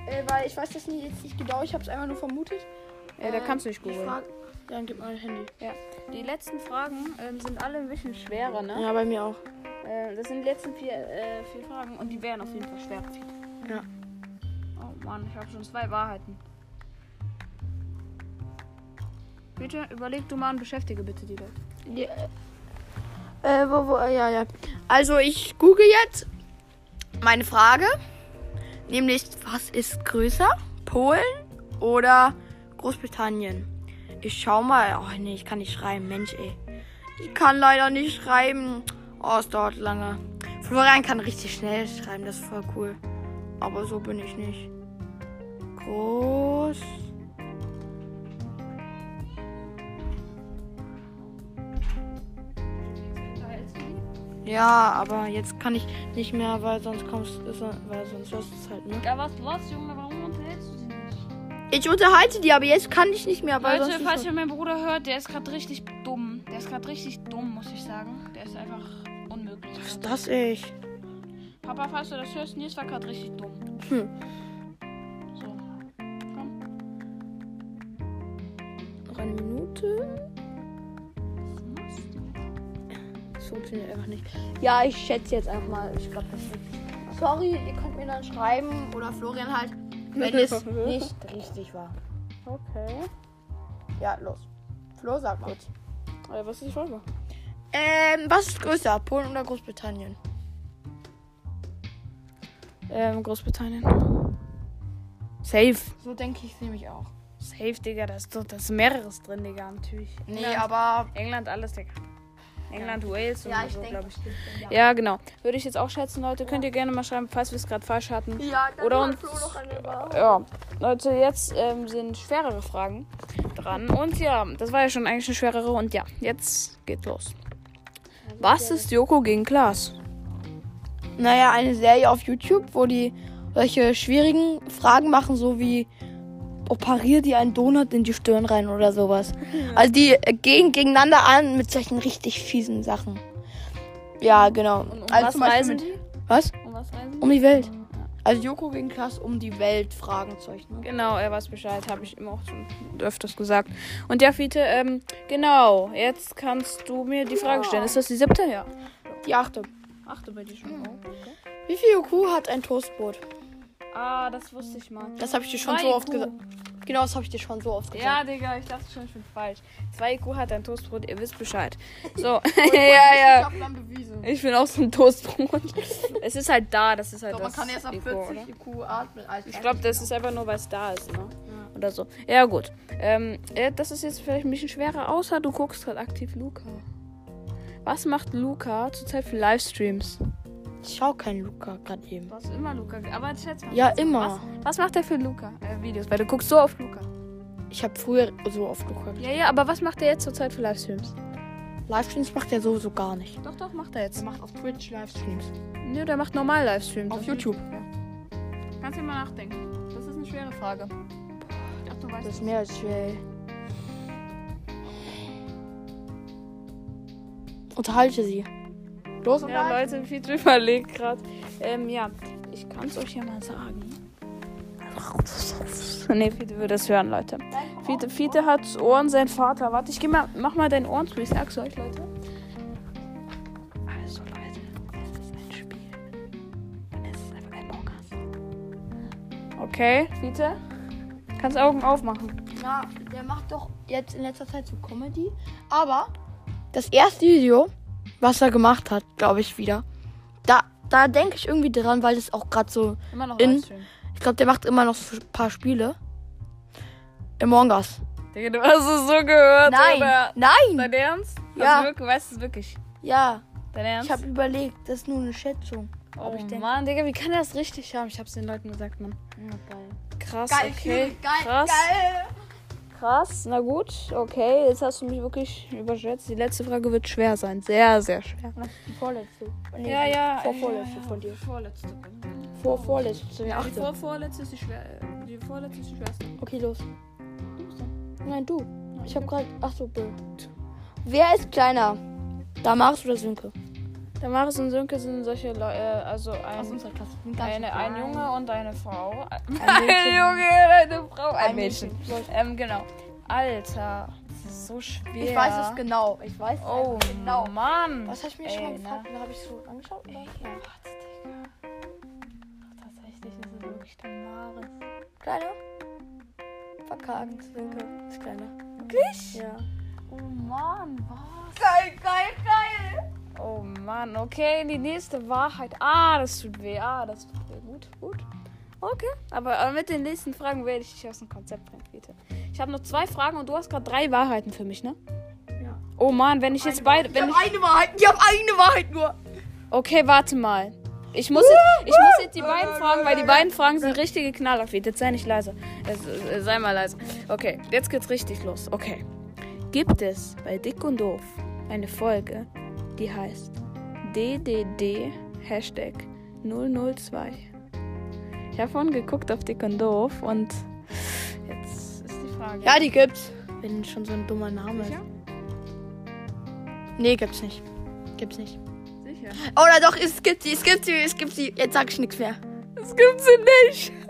[SPEAKER 2] Äh, weil ich weiß das nicht, jetzt nicht genau, ich habe es einfach nur vermutet.
[SPEAKER 1] Ja, da
[SPEAKER 2] Ähm,
[SPEAKER 1] kannst du nicht
[SPEAKER 2] die
[SPEAKER 1] googeln.
[SPEAKER 2] Frage- Dann gib mal ein Handy.
[SPEAKER 1] Ja. Äh, Die letzten Fragen ähm, sind alle ein bisschen schwerer, ne?
[SPEAKER 2] Ja, bei mir auch.
[SPEAKER 1] Äh, das sind die letzten vier, äh, vier Fragen und die wären auf jeden Fall schwer.
[SPEAKER 2] Ja.
[SPEAKER 1] Oh Mann, ich habe schon zwei Wahrheiten. Bitte überleg du mal und beschäftige bitte die Leute.
[SPEAKER 2] Äh, wo, wo, ja, ja. Also ich google jetzt meine Frage, nämlich was ist größer, Polen oder Großbritannien? Ich schau mal, oh nee, ich kann nicht schreiben, Mensch ey. Ich kann leider nicht schreiben. Oh, es dauert lange. Florian kann richtig schnell schreiben, das ist voll cool. Aber so bin ich nicht. Groß. Ja, aber jetzt kann ich nicht mehr, weil sonst kommst du, weil sonst hörst du es halt, ne?
[SPEAKER 1] Ja, was los, Junge? Warum unterhältst du dich nicht?
[SPEAKER 2] Ich unterhalte die, aber jetzt kann ich nicht mehr, weil
[SPEAKER 1] Leute,
[SPEAKER 2] sonst
[SPEAKER 1] falls ihr mein Bruder hört, der ist gerade richtig dumm. Der ist gerade richtig dumm, muss ich sagen. Der ist einfach unmöglich.
[SPEAKER 2] Was ist das ich?
[SPEAKER 1] Papa, falls du das hörst, Nils war gerade richtig dumm.
[SPEAKER 2] Hm.
[SPEAKER 1] So. Komm.
[SPEAKER 2] Noch eine Minute.
[SPEAKER 1] Was machst du?
[SPEAKER 2] Ja, es funktioniert einfach nicht. Ja, ich schätze jetzt einfach mal. Ich glaube, das wird. Sorry, ihr könnt mir dann schreiben oder Florian halt, wenn es nicht richtig war.
[SPEAKER 1] Okay.
[SPEAKER 2] Ja, los. Flo, sag mal.
[SPEAKER 1] Äh, was ist die Frage?
[SPEAKER 2] Ähm, was ist größer, Polen oder Großbritannien?
[SPEAKER 1] Ähm, Großbritannien.
[SPEAKER 2] Safe. So denke ich nämlich auch.
[SPEAKER 1] Safe, Digga, da ist doch das ist mehreres drin, Digga, natürlich.
[SPEAKER 2] Nee,
[SPEAKER 1] England,
[SPEAKER 2] aber.
[SPEAKER 1] England alles, Digga. England, Wales und
[SPEAKER 2] Ja, ich
[SPEAKER 1] so, glaube
[SPEAKER 2] denke.
[SPEAKER 1] ich. Ja, genau. Würde ich jetzt auch schätzen, Leute. Könnt ihr gerne mal schreiben, falls wir es gerade falsch hatten.
[SPEAKER 2] Ja, dann
[SPEAKER 1] Oder
[SPEAKER 2] hat
[SPEAKER 1] uns-
[SPEAKER 2] Flo noch eine Wahl.
[SPEAKER 1] Ja, Leute, jetzt ähm, sind schwerere Fragen dran. Und ja, das war ja schon eigentlich eine schwerere. Und ja, jetzt geht's los. Was ist Joko gegen Klaas?
[SPEAKER 2] Naja, eine Serie auf YouTube, wo die solche schwierigen Fragen machen, so wie operier dir einen Donut in die Stirn rein oder sowas.
[SPEAKER 1] Mhm.
[SPEAKER 2] Also die äh, gehen gegeneinander an mit solchen richtig fiesen Sachen. Ja, genau.
[SPEAKER 1] Und um
[SPEAKER 2] also
[SPEAKER 1] was
[SPEAKER 2] zum Beispiel
[SPEAKER 1] reisen
[SPEAKER 2] mit-
[SPEAKER 1] die?
[SPEAKER 2] Was?
[SPEAKER 1] Um was reisen
[SPEAKER 2] Um die Welt. Also Joko gegen Klaas um die Welt Fragen Zeug. Ne?
[SPEAKER 1] Genau, er weiß Bescheid, habe ich immer auch schon öfters gesagt. Und ja, Fiete, ähm, genau, jetzt kannst du mir die Frage stellen. Ist das die siebte? Ja.
[SPEAKER 2] Die achte.
[SPEAKER 1] Achte bei dir schon.
[SPEAKER 2] Wie viel IQ hat ein Toastbrot?
[SPEAKER 1] Ah, das wusste ich mal.
[SPEAKER 2] Das habe ich dir schon
[SPEAKER 1] Zwei
[SPEAKER 2] so oft
[SPEAKER 1] IQ.
[SPEAKER 2] gesagt. Genau, das habe ich dir schon so oft gesagt.
[SPEAKER 1] Ja, Digga, ich dachte schon, ich bin falsch. 2 IQ hat ein Toastbrot, ihr wisst Bescheid. So, ja, ja.
[SPEAKER 2] Ich bewiesen.
[SPEAKER 1] Ich bin auch so ein Toastbrot. es ist halt da, das ist halt
[SPEAKER 2] Doch,
[SPEAKER 1] das
[SPEAKER 2] man kann erst ab
[SPEAKER 1] IQ,
[SPEAKER 2] 40
[SPEAKER 1] oder?
[SPEAKER 2] IQ atmen. Also
[SPEAKER 1] Ich glaube, das ist einfach nur, weil es da ist, ne? Oder so. Ja, gut. Ähm, äh, das ist jetzt vielleicht ein bisschen schwerer, außer du guckst gerade aktiv Luca. Was macht Luca zurzeit für Livestreams?
[SPEAKER 2] Ich schau keinen Luca gerade eben.
[SPEAKER 1] Du hast immer Luca, aber schätz mal.
[SPEAKER 2] Ja, immer.
[SPEAKER 1] Was, was macht er für Luca? Äh, Videos, weil du guckst so auf Luca.
[SPEAKER 2] Ich habe früher so oft geguckt.
[SPEAKER 1] Ja, ja, aber was macht er jetzt zurzeit für Livestreams?
[SPEAKER 2] Livestreams macht er sowieso gar nicht.
[SPEAKER 1] Doch, doch, macht er jetzt.
[SPEAKER 2] macht auf Twitch Livestreams.
[SPEAKER 1] Nö, der macht normal Livestreams.
[SPEAKER 2] Auf YouTube.
[SPEAKER 1] Kannst du mal nachdenken. Das ist eine schwere Frage. Ach, du
[SPEAKER 2] Das
[SPEAKER 1] weißt
[SPEAKER 2] ist mehr als schwer. ey. Unterhalte sie. Los und
[SPEAKER 1] Ja,
[SPEAKER 2] rein.
[SPEAKER 1] Leute, viel zu überlegt gerade. Ähm, ja, ich kann es euch ja mal sagen. Ne, Fiete würde es hören, Leute. Fiete, Fiete hat Ohren, sein Vater. Warte, ich geh mal, mach mal dein Ohren zu, ich sag's euch, Leute. Also, Leute, es ist ein Spiel. Und es ist einfach ein Podcast. Okay, Fiete, kannst Augen aufmachen.
[SPEAKER 2] Na, der macht doch jetzt in letzter Zeit so Comedy. Aber das erste Video, was er gemacht hat, glaube ich wieder, da, da denke ich irgendwie dran, weil das auch gerade so.
[SPEAKER 1] Immer noch
[SPEAKER 2] In-
[SPEAKER 1] Livestream.
[SPEAKER 2] Ich glaube, der macht immer noch so ein paar Spiele. Among Us.
[SPEAKER 1] Digga, du hast es so gehört,
[SPEAKER 2] Nein,
[SPEAKER 1] oder?
[SPEAKER 2] nein.
[SPEAKER 1] Dein Ernst?
[SPEAKER 2] Ja.
[SPEAKER 1] Hast du wirklich, weißt du es wirklich?
[SPEAKER 2] Ja,
[SPEAKER 1] Dein Ernst?
[SPEAKER 2] ich habe überlegt, das ist nur eine Schätzung.
[SPEAKER 1] Oh
[SPEAKER 2] Ob ich denke.
[SPEAKER 1] Mann, Digga, wie kann er das richtig haben? Ich hab's den Leuten gesagt, Mann. Krass,
[SPEAKER 2] Geil,
[SPEAKER 1] okay.
[SPEAKER 2] geil,
[SPEAKER 1] krass,
[SPEAKER 2] geil.
[SPEAKER 1] krass. Na gut, okay. Jetzt hast du mich wirklich überschätzt. Die letzte Frage wird schwer sein. Sehr, sehr schwer.
[SPEAKER 2] Die vorletzte. Nee,
[SPEAKER 1] Ja, ja.
[SPEAKER 2] Vor vorletzte von dir.
[SPEAKER 1] Vorletzte.
[SPEAKER 2] Vor vorletzte. Ja, achte.
[SPEAKER 1] vorletzte ist die schwer. Die vorletzte ist die schwerste.
[SPEAKER 2] Okay, los. Nein, du. Ich habe gerade. Ach so, blöd. Wer ist kleiner? Damaris oder Sönke?
[SPEAKER 1] Damaris und Sönke sind solche Leute, also ein,
[SPEAKER 2] unserer Klasse.
[SPEAKER 1] eine, ein Junge und eine Frau. Ein,
[SPEAKER 2] Mädchen.
[SPEAKER 1] Junge und eine Frau. Ein,
[SPEAKER 2] Ein
[SPEAKER 1] Mädchen.
[SPEAKER 2] Mädchen.
[SPEAKER 1] Ähm, genau. Alter, das ist so schwer.
[SPEAKER 2] Ich weiß es genau. Ich weiß es
[SPEAKER 1] Oh,
[SPEAKER 2] einfach genau.
[SPEAKER 1] Mann.
[SPEAKER 2] Was habe ich mir
[SPEAKER 1] Ey,
[SPEAKER 2] schon mal
[SPEAKER 1] ne?
[SPEAKER 2] gefragt? Ne? Habe ich so angeschaut? Oder?
[SPEAKER 1] Ja, warte, Digga. Ach, Tatsächlich ist es wirklich Damaris.
[SPEAKER 2] Kleiner? Verkagen. Sönke ist kleiner.
[SPEAKER 1] Wirklich?
[SPEAKER 2] Ja.
[SPEAKER 1] Oh Mann, was?
[SPEAKER 2] Geil, geil, geil.
[SPEAKER 1] Oh Mann, okay, die nächste Wahrheit. Ah, das tut weh. Ah, das tut weh. Gut, gut. Okay, aber, aber mit den nächsten Fragen werde ich dich aus dem Konzept bringen, bitte. Ich habe noch zwei Fragen und du hast gerade drei Wahrheiten für mich, ne?
[SPEAKER 2] Ja.
[SPEAKER 1] Oh Mann, wenn ich jetzt beide. Wenn ich,
[SPEAKER 2] eine Wahrheit. Ich habe eine Wahrheit nur.
[SPEAKER 1] okay, warte mal. Ich muss, jetzt, ich muss jetzt die beiden Fragen, weil die beiden Fragen sind richtige Knaller, Fiete. Jetzt sei nicht leise. Es, es, sei mal leise. Okay, jetzt geht's richtig los. Okay. Gibt es bei Dick und Doof eine Folge, die heißt DDD Hashtag 002? Ich habe vorhin geguckt auf Dick und Doof und jetzt ist die Frage.
[SPEAKER 2] Ja, die gibt's. Wenn schon so ein dummer Name
[SPEAKER 1] Sicher?
[SPEAKER 2] ist. Nee, gibt's nicht. Gibt's nicht.
[SPEAKER 1] Sicher.
[SPEAKER 2] Oder doch, es gibt sie, es gibt sie, es gibt sie. Jetzt sag ich nichts mehr.
[SPEAKER 1] Das gibt sie nicht.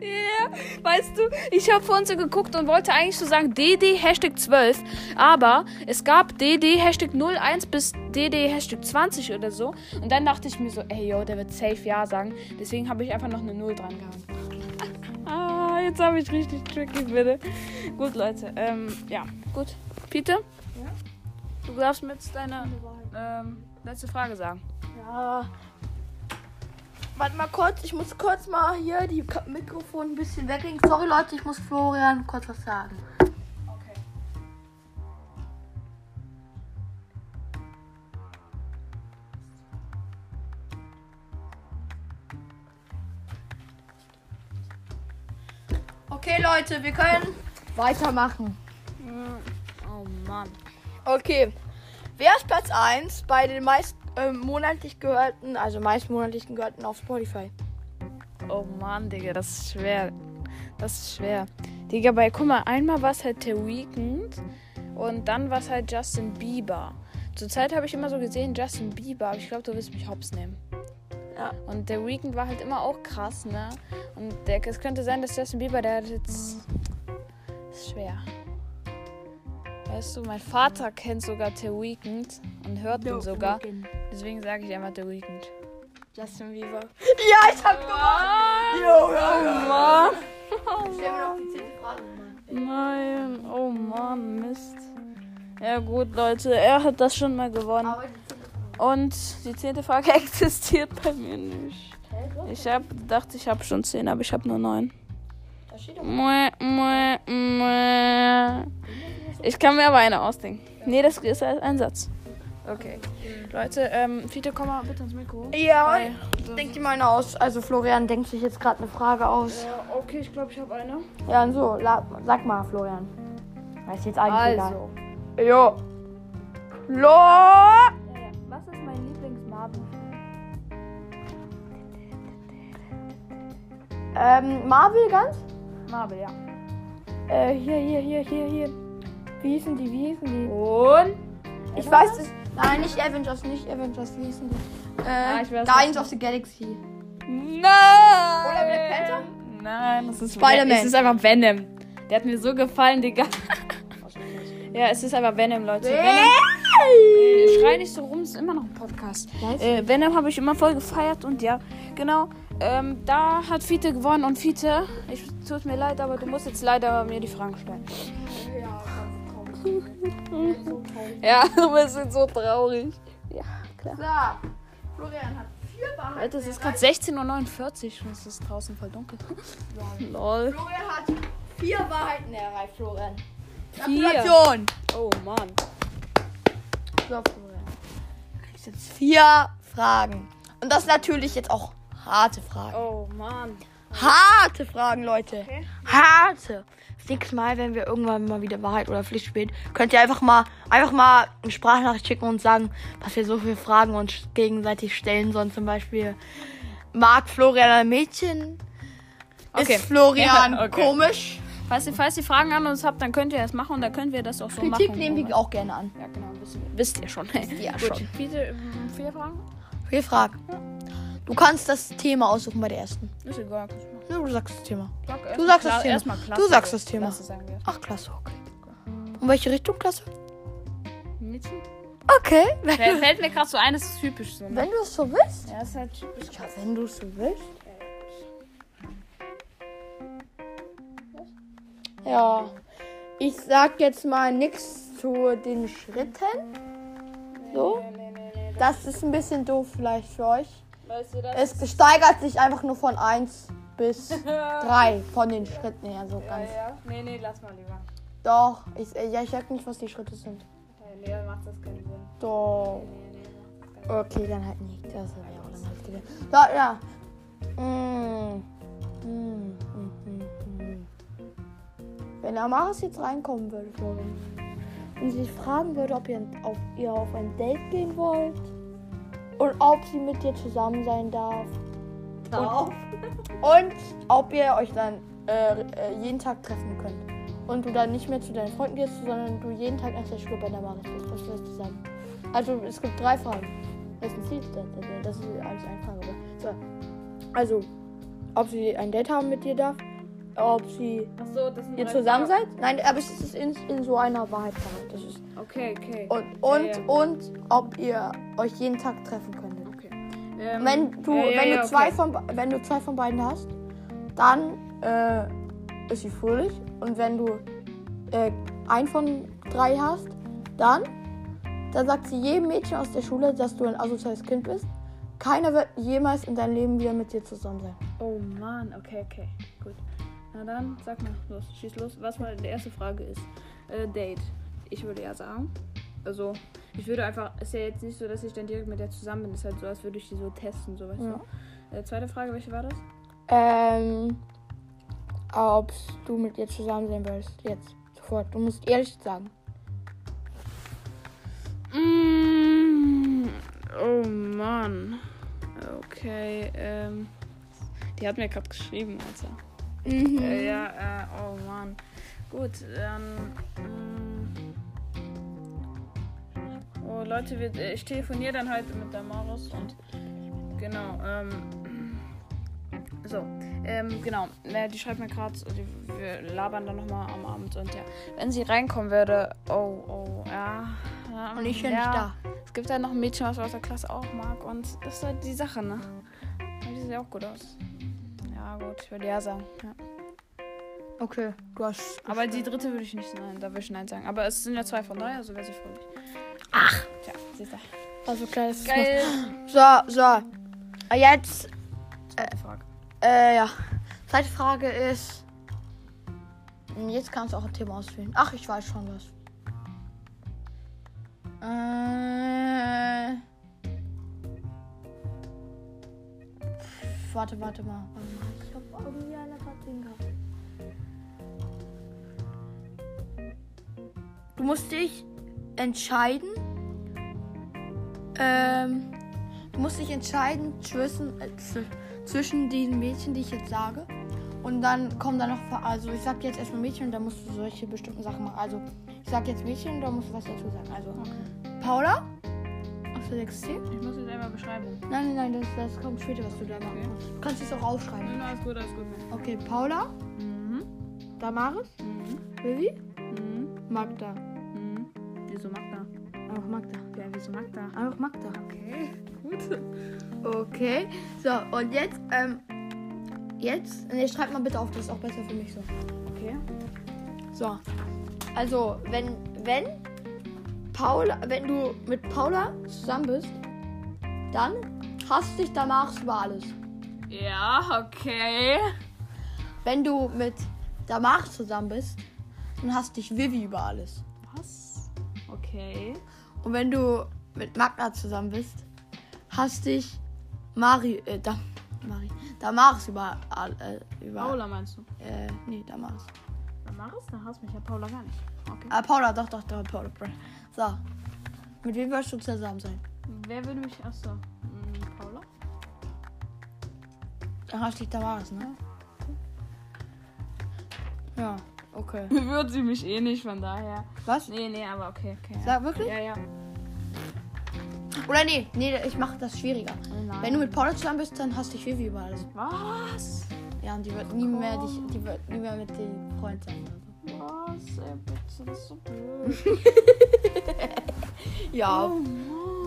[SPEAKER 1] Ja, weißt du, ich habe vorhin so geguckt und wollte eigentlich so sagen DD Hashtag 12, aber es gab DD Hashtag 01 bis DD Hashtag 20 oder so. Und dann dachte ich mir so, ey, yo, der wird safe Ja sagen. Deswegen habe ich einfach noch eine 0 dran gehangen. Ah, jetzt habe ich richtig tricky, bitte. Gut, Leute, ähm, ja, gut. Peter?
[SPEAKER 2] Ja?
[SPEAKER 1] Du darfst mir jetzt deine ähm, letzte Frage sagen.
[SPEAKER 2] Ja. Warte mal kurz, ich muss kurz mal hier die Ka- Mikrofon ein bisschen weglegen. Sorry Leute, ich muss Florian kurz was sagen.
[SPEAKER 1] Okay.
[SPEAKER 2] Okay Leute, wir können weitermachen.
[SPEAKER 1] Oh Mann.
[SPEAKER 2] Okay. Wer ist Platz 1 bei den meist ähm, monatlich gehörten, also meist monatlichen gehörten auf Spotify?
[SPEAKER 1] Oh Mann, Digga, das ist schwer. Das ist schwer. Digga, bei, guck mal, einmal war es halt The Weeknd und dann war es halt Justin Bieber. Zurzeit habe ich immer so gesehen, Justin Bieber, aber ich glaube, du willst mich hops nehmen.
[SPEAKER 2] Ja.
[SPEAKER 1] Und The Weeknd war halt immer auch krass, ne? Und der, es könnte sein, dass Justin Bieber, der hat jetzt. Das ist schwer. Weißt du, mein Vater kennt sogar The Weeknd und hört ihn sogar. Deswegen sage ich einfach The Weeknd.
[SPEAKER 2] Justin Bieber. Ja, ich hab gewonnen. Jo, ja, ja.
[SPEAKER 1] Oh Mann.
[SPEAKER 2] Stell mir noch die zehnte Frage.
[SPEAKER 1] Nein, oh Mann, Mist. Ja gut, Leute, er hat das schon mal gewonnen.
[SPEAKER 2] Aber die zehnte
[SPEAKER 1] Und die zehnte Frage existiert bei mir nicht.
[SPEAKER 2] Frage.
[SPEAKER 1] Ich hab gedacht, ich hab schon zehn, aber ich hab nur neun.
[SPEAKER 2] Da steht doch
[SPEAKER 1] Mua, mua, mua. Ich kann mir aber eine ausdenken. Nee, das ist ein Satz. Okay. Leute, ähm, Fiete, komm mal bitte ins Mikro.
[SPEAKER 2] Ja,
[SPEAKER 1] Weil-
[SPEAKER 2] denk dir mal eine aus. Also Florian denkt sich jetzt gerade eine Frage aus.
[SPEAKER 1] Ja, okay, ich glaube, ich habe eine.
[SPEAKER 2] Ja, und so, la, sag mal, Florian. Weiß jetzt eigentlich
[SPEAKER 1] Also.
[SPEAKER 2] egal. Jo. Lo.
[SPEAKER 1] Was ist mein Lieblings-Marvel-Film?
[SPEAKER 2] Ähm, Marvel ganz?
[SPEAKER 1] Marvel, ja.
[SPEAKER 2] Äh, hier, hier, hier, hier, hier. Wie hießen die, wie hießen die?
[SPEAKER 1] Und?
[SPEAKER 2] Ich weiß es. Nein, nicht Avengers, nicht Avengers, wie hießen die? Äh,
[SPEAKER 1] Ah, ich weiß
[SPEAKER 2] Guardians of the Galaxy.
[SPEAKER 1] Nein!
[SPEAKER 2] Oder Black Panther?
[SPEAKER 1] Nein, das ist
[SPEAKER 2] Spider-Man.
[SPEAKER 1] Es ist einfach Venom. Der hat mir so gefallen, Digga. ja, es ist einfach Venom, Leute. Venom. Äh, Schrei nicht so rum, es ist immer noch ein Podcast.
[SPEAKER 2] Was?
[SPEAKER 1] Äh, Venom habe ich immer voll gefeiert und ja, genau. Ähm, da hat Fiete gewonnen und Fiete, ich tut mir leid, aber du musst jetzt leider mir die Fragen stellen. Ja, du bist jetzt so traurig. Ja, klar.
[SPEAKER 2] So, Florian hat vier Wahrheiten.
[SPEAKER 1] Alter, es ist gerade 16.49 Uhr und es ist draußen voll dunkel. Lol.
[SPEAKER 2] Florian hat vier Wahrheiten erreicht, Florian.
[SPEAKER 1] Vier.
[SPEAKER 2] Gratulation.
[SPEAKER 1] Oh Mann.
[SPEAKER 2] So, Florian. Du kriegst jetzt vier Fragen. Und das natürlich jetzt auch harte Fragen.
[SPEAKER 1] Oh Mann.
[SPEAKER 2] Harte Fragen, Leute.
[SPEAKER 1] Okay.
[SPEAKER 2] Harte. Das nächste Mal, wenn wir irgendwann mal wieder Wahrheit oder Pflicht spielen, könnt ihr einfach mal, einfach mal eine Sprachnachricht schicken und sagen, was wir so viele Fragen uns gegenseitig stellen sollen. Zum Beispiel, mag Florian ein Mädchen?
[SPEAKER 1] Okay.
[SPEAKER 2] Ist Florian
[SPEAKER 1] Ja, okay.
[SPEAKER 2] komisch?
[SPEAKER 1] Falls ihr, falls ihr Fragen an uns habt, dann könnt ihr das machen und dann können wir das auch so machen.
[SPEAKER 2] Kritik nehmen wir auch gerne an.
[SPEAKER 1] Ja, genau. Wisst, wisst ihr schon. Wisst
[SPEAKER 2] ihr schon.
[SPEAKER 1] Viele, ähm, viele Fragen?
[SPEAKER 2] Vier Fragen. Du kannst das Thema aussuchen bei der ersten.
[SPEAKER 1] Ist egal. kannst du machen.
[SPEAKER 2] Ja, du sagst das Thema.
[SPEAKER 1] Sag erst
[SPEAKER 2] Du
[SPEAKER 1] mal
[SPEAKER 2] sagst
[SPEAKER 1] Kla-
[SPEAKER 2] das Thema.
[SPEAKER 1] erst mal Klasse.
[SPEAKER 2] Du sagst das Thema.
[SPEAKER 1] Klasse sagen wir.
[SPEAKER 2] Ach, klasse, okay. Und welche Richtung, klasse? Hm?
[SPEAKER 1] Mädchen?
[SPEAKER 2] Okay.
[SPEAKER 1] Fällt, fällt mir gerade so ein, das ist typisch so. Ne?
[SPEAKER 2] du es so willst.
[SPEAKER 1] Ja, ist halt typisch.
[SPEAKER 2] Ja, wenn du es so willst. Ja. Ich sag jetzt mal nichts zu den Schritten. So.
[SPEAKER 1] Nee, nee, nee.
[SPEAKER 2] Das ist ein bisschen doof vielleicht für euch.
[SPEAKER 1] Weißt du das?
[SPEAKER 2] Es steigert sich einfach nur von 1 bis 3 von den Schritten her so
[SPEAKER 1] Ja,
[SPEAKER 2] ganz.
[SPEAKER 1] ja. Nee, nee, lass mal lieber.
[SPEAKER 2] Doch, ich, äh, ja, ich sag nicht, was die Schritte sind.
[SPEAKER 1] Nee, Nee, dann macht das keinen Sinn.
[SPEAKER 2] Doch. Okay, dann halt nicht. Das wäre ja auch eine richtige. Da, ja. Mm. Mm, mm, mm, mm. Wenn Amaris jetzt reinkommen würde, Florian, und sie fragen würde, ob ihr auf, ihr auf ein Date gehen wollt und ob sie mit dir zusammen sein darf
[SPEAKER 1] Auf.
[SPEAKER 2] und ob ihr euch dann äh, äh, jeden Tag treffen könnt und du dann nicht mehr zu deinen Freunden gehst, sondern du jeden Tag nach der Schule bei der Maris bist, was würdest du sagen? Also es gibt drei Fragen. Das ist ein Ziel, das- das- das ist alles eine Frage. aber- So. Also, ob sie ein Date haben mit dir darf, ob sie
[SPEAKER 1] Achso, das sind
[SPEAKER 2] ihr
[SPEAKER 1] drei
[SPEAKER 2] zusammen
[SPEAKER 1] Fragen.
[SPEAKER 2] seid. Nein, aber es ist in, in so einer Wahrheit verhandelt. Das ist
[SPEAKER 1] Okay, okay.
[SPEAKER 2] und und
[SPEAKER 1] Ja, ja.
[SPEAKER 2] und ob ihr euch jeden Tag treffen könntet.
[SPEAKER 1] okay. Ähm,
[SPEAKER 2] Wenn du
[SPEAKER 1] ja, ja,
[SPEAKER 2] wenn
[SPEAKER 1] ja,
[SPEAKER 2] du
[SPEAKER 1] okay.
[SPEAKER 2] zwei von be- wenn du zwei von beiden hast, dann äh, ist sie fröhlich und wenn du äh, ein von drei hast, dann dann sagt sie jedem Mädchen aus der Schule, dass du ein asoziales Kind bist. Keiner wird jemals in deinem Leben wieder mit dir zusammen sein.
[SPEAKER 1] Oh Mann, okay, okay. Gut. Na dann, sag mal, los, schieß los. Was mal die erste Frage ist. Äh, Date. Ich würde ja sagen. Also, ich würde einfach, ist ja jetzt nicht so, dass ich dann direkt mit der zusammen bin. Ist halt so, als würde ich die so testen, so weißt
[SPEAKER 2] Ja.
[SPEAKER 1] du. Äh, zweite Frage, welche war das?
[SPEAKER 2] Ähm, ob du mit ihr zusammen sein willst. Jetzt. Sofort. Du musst ehrlich sagen.
[SPEAKER 1] Mm, oh Mann. Okay, ähm. Die hat mir gerade geschrieben, Alter.
[SPEAKER 2] Mhm.
[SPEAKER 1] Äh, ja, äh, oh Mann. Gut, ähm, dann. mm. oh Leute, wir, äh, ich telefoniere dann halt mit der Maris und. Genau, ähm. So, ähm, genau. Äh, die schreibt mir gerade, wir labern dann nochmal am Abend und ja. Wenn sie reinkommen würde, oh, oh, ja. ja,
[SPEAKER 2] Und ich bin
[SPEAKER 1] ja.
[SPEAKER 2] nicht da.
[SPEAKER 1] Es gibt halt noch ein Mädchen, was wir aus der Klasse auch mag und das ist halt die Sache, ne? Aber die sieht ja auch gut aus. Ja, gut, ich würde ja sagen. Ja.
[SPEAKER 2] Okay. Du hast.
[SPEAKER 1] Aber die dritte würde ich nicht nein, da würde ich nein sagen. Aber es sind ja zwei von drei, also wäre sie fröhlich. Ach! Tja, siehst du.
[SPEAKER 2] Also kleines
[SPEAKER 1] Geil!
[SPEAKER 2] So, so. Jetzt,
[SPEAKER 1] Zweite Frage.
[SPEAKER 2] äh, ja. Zweite Frage ist. Jetzt kannst du auch ein Thema auswählen. Ach, ich weiß schon was. Äh. Warte, warte mal. Warte mal. Ich hab irgendwie eine Batting gehabt. Du musst dich entscheiden. Ähm, du musst dich entscheiden zwischen, äh, zw- zwischen diesen Mädchen, die ich jetzt sage. Und dann kommen da noch, Ver- also ich sag jetzt erstmal Mädchen und dann musst du solche bestimmten Sachen machen. Also ich sag jetzt Mädchen und dann musst du was dazu sagen. Also Paula aus der 6C.
[SPEAKER 1] Ich muss jetzt einmal beschreiben.
[SPEAKER 2] Nein, nein, nein, das, das kommt später, was du da machen
[SPEAKER 1] Okay.
[SPEAKER 2] musst. Du kannst es auch aufschreiben.
[SPEAKER 1] Nein, alles gut, alles gut.
[SPEAKER 2] Okay, Paula,
[SPEAKER 1] Mhm.
[SPEAKER 2] Damaris,
[SPEAKER 1] Mhm.
[SPEAKER 2] Vivi,
[SPEAKER 1] Mhm.
[SPEAKER 2] Magda.
[SPEAKER 1] Mhm. Wieso Magda?
[SPEAKER 2] Einfach Magda.
[SPEAKER 1] Ja, wieso Magda?
[SPEAKER 2] Einfach Magda.
[SPEAKER 1] Okay, gut.
[SPEAKER 2] Okay, so und jetzt, ähm, jetzt, ne, schreibt mal bitte auf, das ist auch besser für mich so.
[SPEAKER 1] Okay.
[SPEAKER 2] So, also wenn, wenn Paula, wenn du mit Paula zusammen bist, dann hasst dich Damaris über alles.
[SPEAKER 1] Ja, okay.
[SPEAKER 2] Wenn du mit Damaris zusammen bist, dann hasst dich Vivi über alles.
[SPEAKER 1] Was? Okay.
[SPEAKER 2] Und wenn du mit Magna zusammen bist, hasst dich Mari, äh, da, Mari, Damaris über, all- äh, über,
[SPEAKER 1] Paula meinst du?
[SPEAKER 2] äh, nee, Damaris.
[SPEAKER 1] Maris, dann hast mich ja Paula gar nicht. Okay.
[SPEAKER 2] Ah, Paula, doch, doch, doch, Paula. Paula. So. Mit wem wirst du zusammen sein?
[SPEAKER 1] Wer würde mich. Achso. mm, Paula?
[SPEAKER 2] Dann hast du dich Damaris, ne? Ja, okay.
[SPEAKER 1] Würde sie mich eh nicht, von daher.
[SPEAKER 2] Was?
[SPEAKER 1] Nee, nee, aber okay, okay.
[SPEAKER 2] Sag wirklich?
[SPEAKER 1] Ja, ja.
[SPEAKER 2] Oder nee, nee, ich mache das schwieriger.
[SPEAKER 1] Nein.
[SPEAKER 2] Wenn du mit Paula zusammen bist, dann hast dich Vivi über alles.
[SPEAKER 1] Was?
[SPEAKER 2] Ja, und die wird nie mehr dich, die wird nie mehr mit dir Freund sein oder so.
[SPEAKER 1] Was? Ey, bitte, das ist so blöd. Oh
[SPEAKER 2] Ja.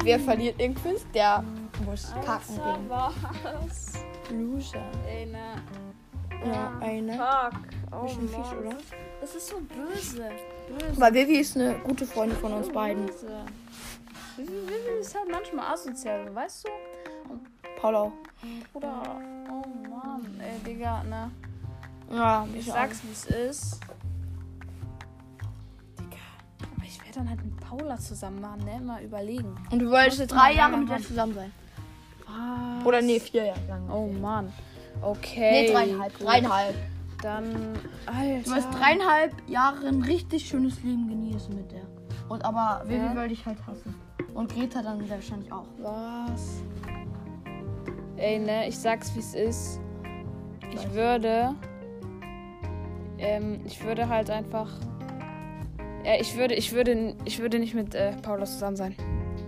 [SPEAKER 2] Wer verliert irgendwas, der muss kacken
[SPEAKER 1] Alter,
[SPEAKER 2] gehen.
[SPEAKER 1] was?
[SPEAKER 2] Loser.
[SPEAKER 1] Ey, ne. Ah,
[SPEAKER 2] Ja, ne? eine.
[SPEAKER 1] Fuck. Oh,
[SPEAKER 2] Bisschen fies,
[SPEAKER 1] Mann.
[SPEAKER 2] oder?
[SPEAKER 1] Das ist so böse. Böse.
[SPEAKER 2] Weil Vivi ist eine gute Freundin von uns beiden.
[SPEAKER 1] Böse. Vivi Vivi ist halt manchmal asozial, weißt du?
[SPEAKER 2] Paula auch.
[SPEAKER 1] Oder. Oh Mann, ey, Digga, ne.
[SPEAKER 2] Ja,
[SPEAKER 1] Ich
[SPEAKER 2] ich auch.
[SPEAKER 1] sag's, wie es ist. Digga. Aber ich werde dann halt mit Paula zusammen machen, ne? Mal überlegen.
[SPEAKER 2] Und du wolltest
[SPEAKER 1] Muss
[SPEAKER 2] drei
[SPEAKER 1] man
[SPEAKER 2] Jahre
[SPEAKER 1] lange
[SPEAKER 2] mit ihr
[SPEAKER 1] haben.
[SPEAKER 2] zusammen sein.
[SPEAKER 1] Was?
[SPEAKER 2] Oder nee, vier Jahre lang.
[SPEAKER 1] Oh Mann. Okay.
[SPEAKER 2] Nee, dreieinhalb.
[SPEAKER 1] gut.
[SPEAKER 2] Dreieinhalb.
[SPEAKER 1] Dann. Alter.
[SPEAKER 2] Du wirst dreieinhalb Jahre ein richtig schönes Leben genießen mit der. Und aber Vivi
[SPEAKER 1] Ja.
[SPEAKER 2] würde ich halt hassen. Und Greta dann wahrscheinlich auch.
[SPEAKER 1] Was? Ey, ne, ich sag's wie es ist. Ich würde. Ähm, ich würde halt einfach. Ja, ich würde, ich würde, ich würde nicht mit äh, Paula zusammen sein.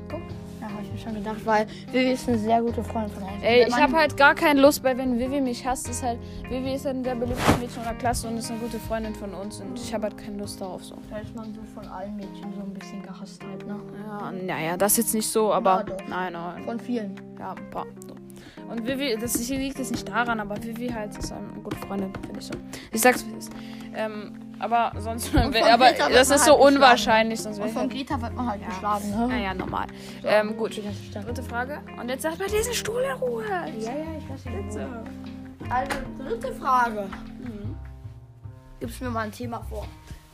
[SPEAKER 1] geguckt?
[SPEAKER 2] Ja, habe ich mir schon gedacht, weil Vivi ist eine sehr gute Freundin von uns.
[SPEAKER 1] Ey,
[SPEAKER 2] Wenn
[SPEAKER 1] ich
[SPEAKER 2] man-
[SPEAKER 1] habe halt gar keine Lust, weil wenn Vivi mich hasst, ist halt. Vivi ist halt ein sehr beliebtes Mädchen in der Klasse und ist eine gute Freundin von uns und ich habe halt keine Lust darauf so.
[SPEAKER 2] Da ist man so von allen Mädchen so ein bisschen gehasst halt, ne?
[SPEAKER 1] Ja, naja, das jetzt nicht so, aber.
[SPEAKER 2] Ja, doch.
[SPEAKER 1] Nein, nein.
[SPEAKER 2] Von vielen.
[SPEAKER 1] Ja, ein paar. So. Und Vivi, das ist, hier liegt es nicht daran, aber Vivi halt ist eine gute Freundin, finde ich so. Ich sag's, wie es ist. Ähm, aber sonst,
[SPEAKER 2] von
[SPEAKER 1] aber
[SPEAKER 2] Greta wird
[SPEAKER 1] das ist
[SPEAKER 2] man halt
[SPEAKER 1] so
[SPEAKER 2] geschlagen.
[SPEAKER 1] unwahrscheinlich, sonst wäre
[SPEAKER 2] Und
[SPEAKER 1] ich
[SPEAKER 2] von
[SPEAKER 1] halt,
[SPEAKER 2] Greta wird man halt
[SPEAKER 1] Ja.
[SPEAKER 2] geschlagen, ne?
[SPEAKER 1] Naja, normal. Ähm, gut.
[SPEAKER 2] Ich weiß nicht, dann-
[SPEAKER 1] Dritte Frage. Und jetzt sagt mal diesen Stuhl in Ruhe.
[SPEAKER 2] Ja, ja, ich weiß nicht.
[SPEAKER 1] So.
[SPEAKER 2] Also, dritte Frage. Mhm. Gibst mir mal ein Thema vor.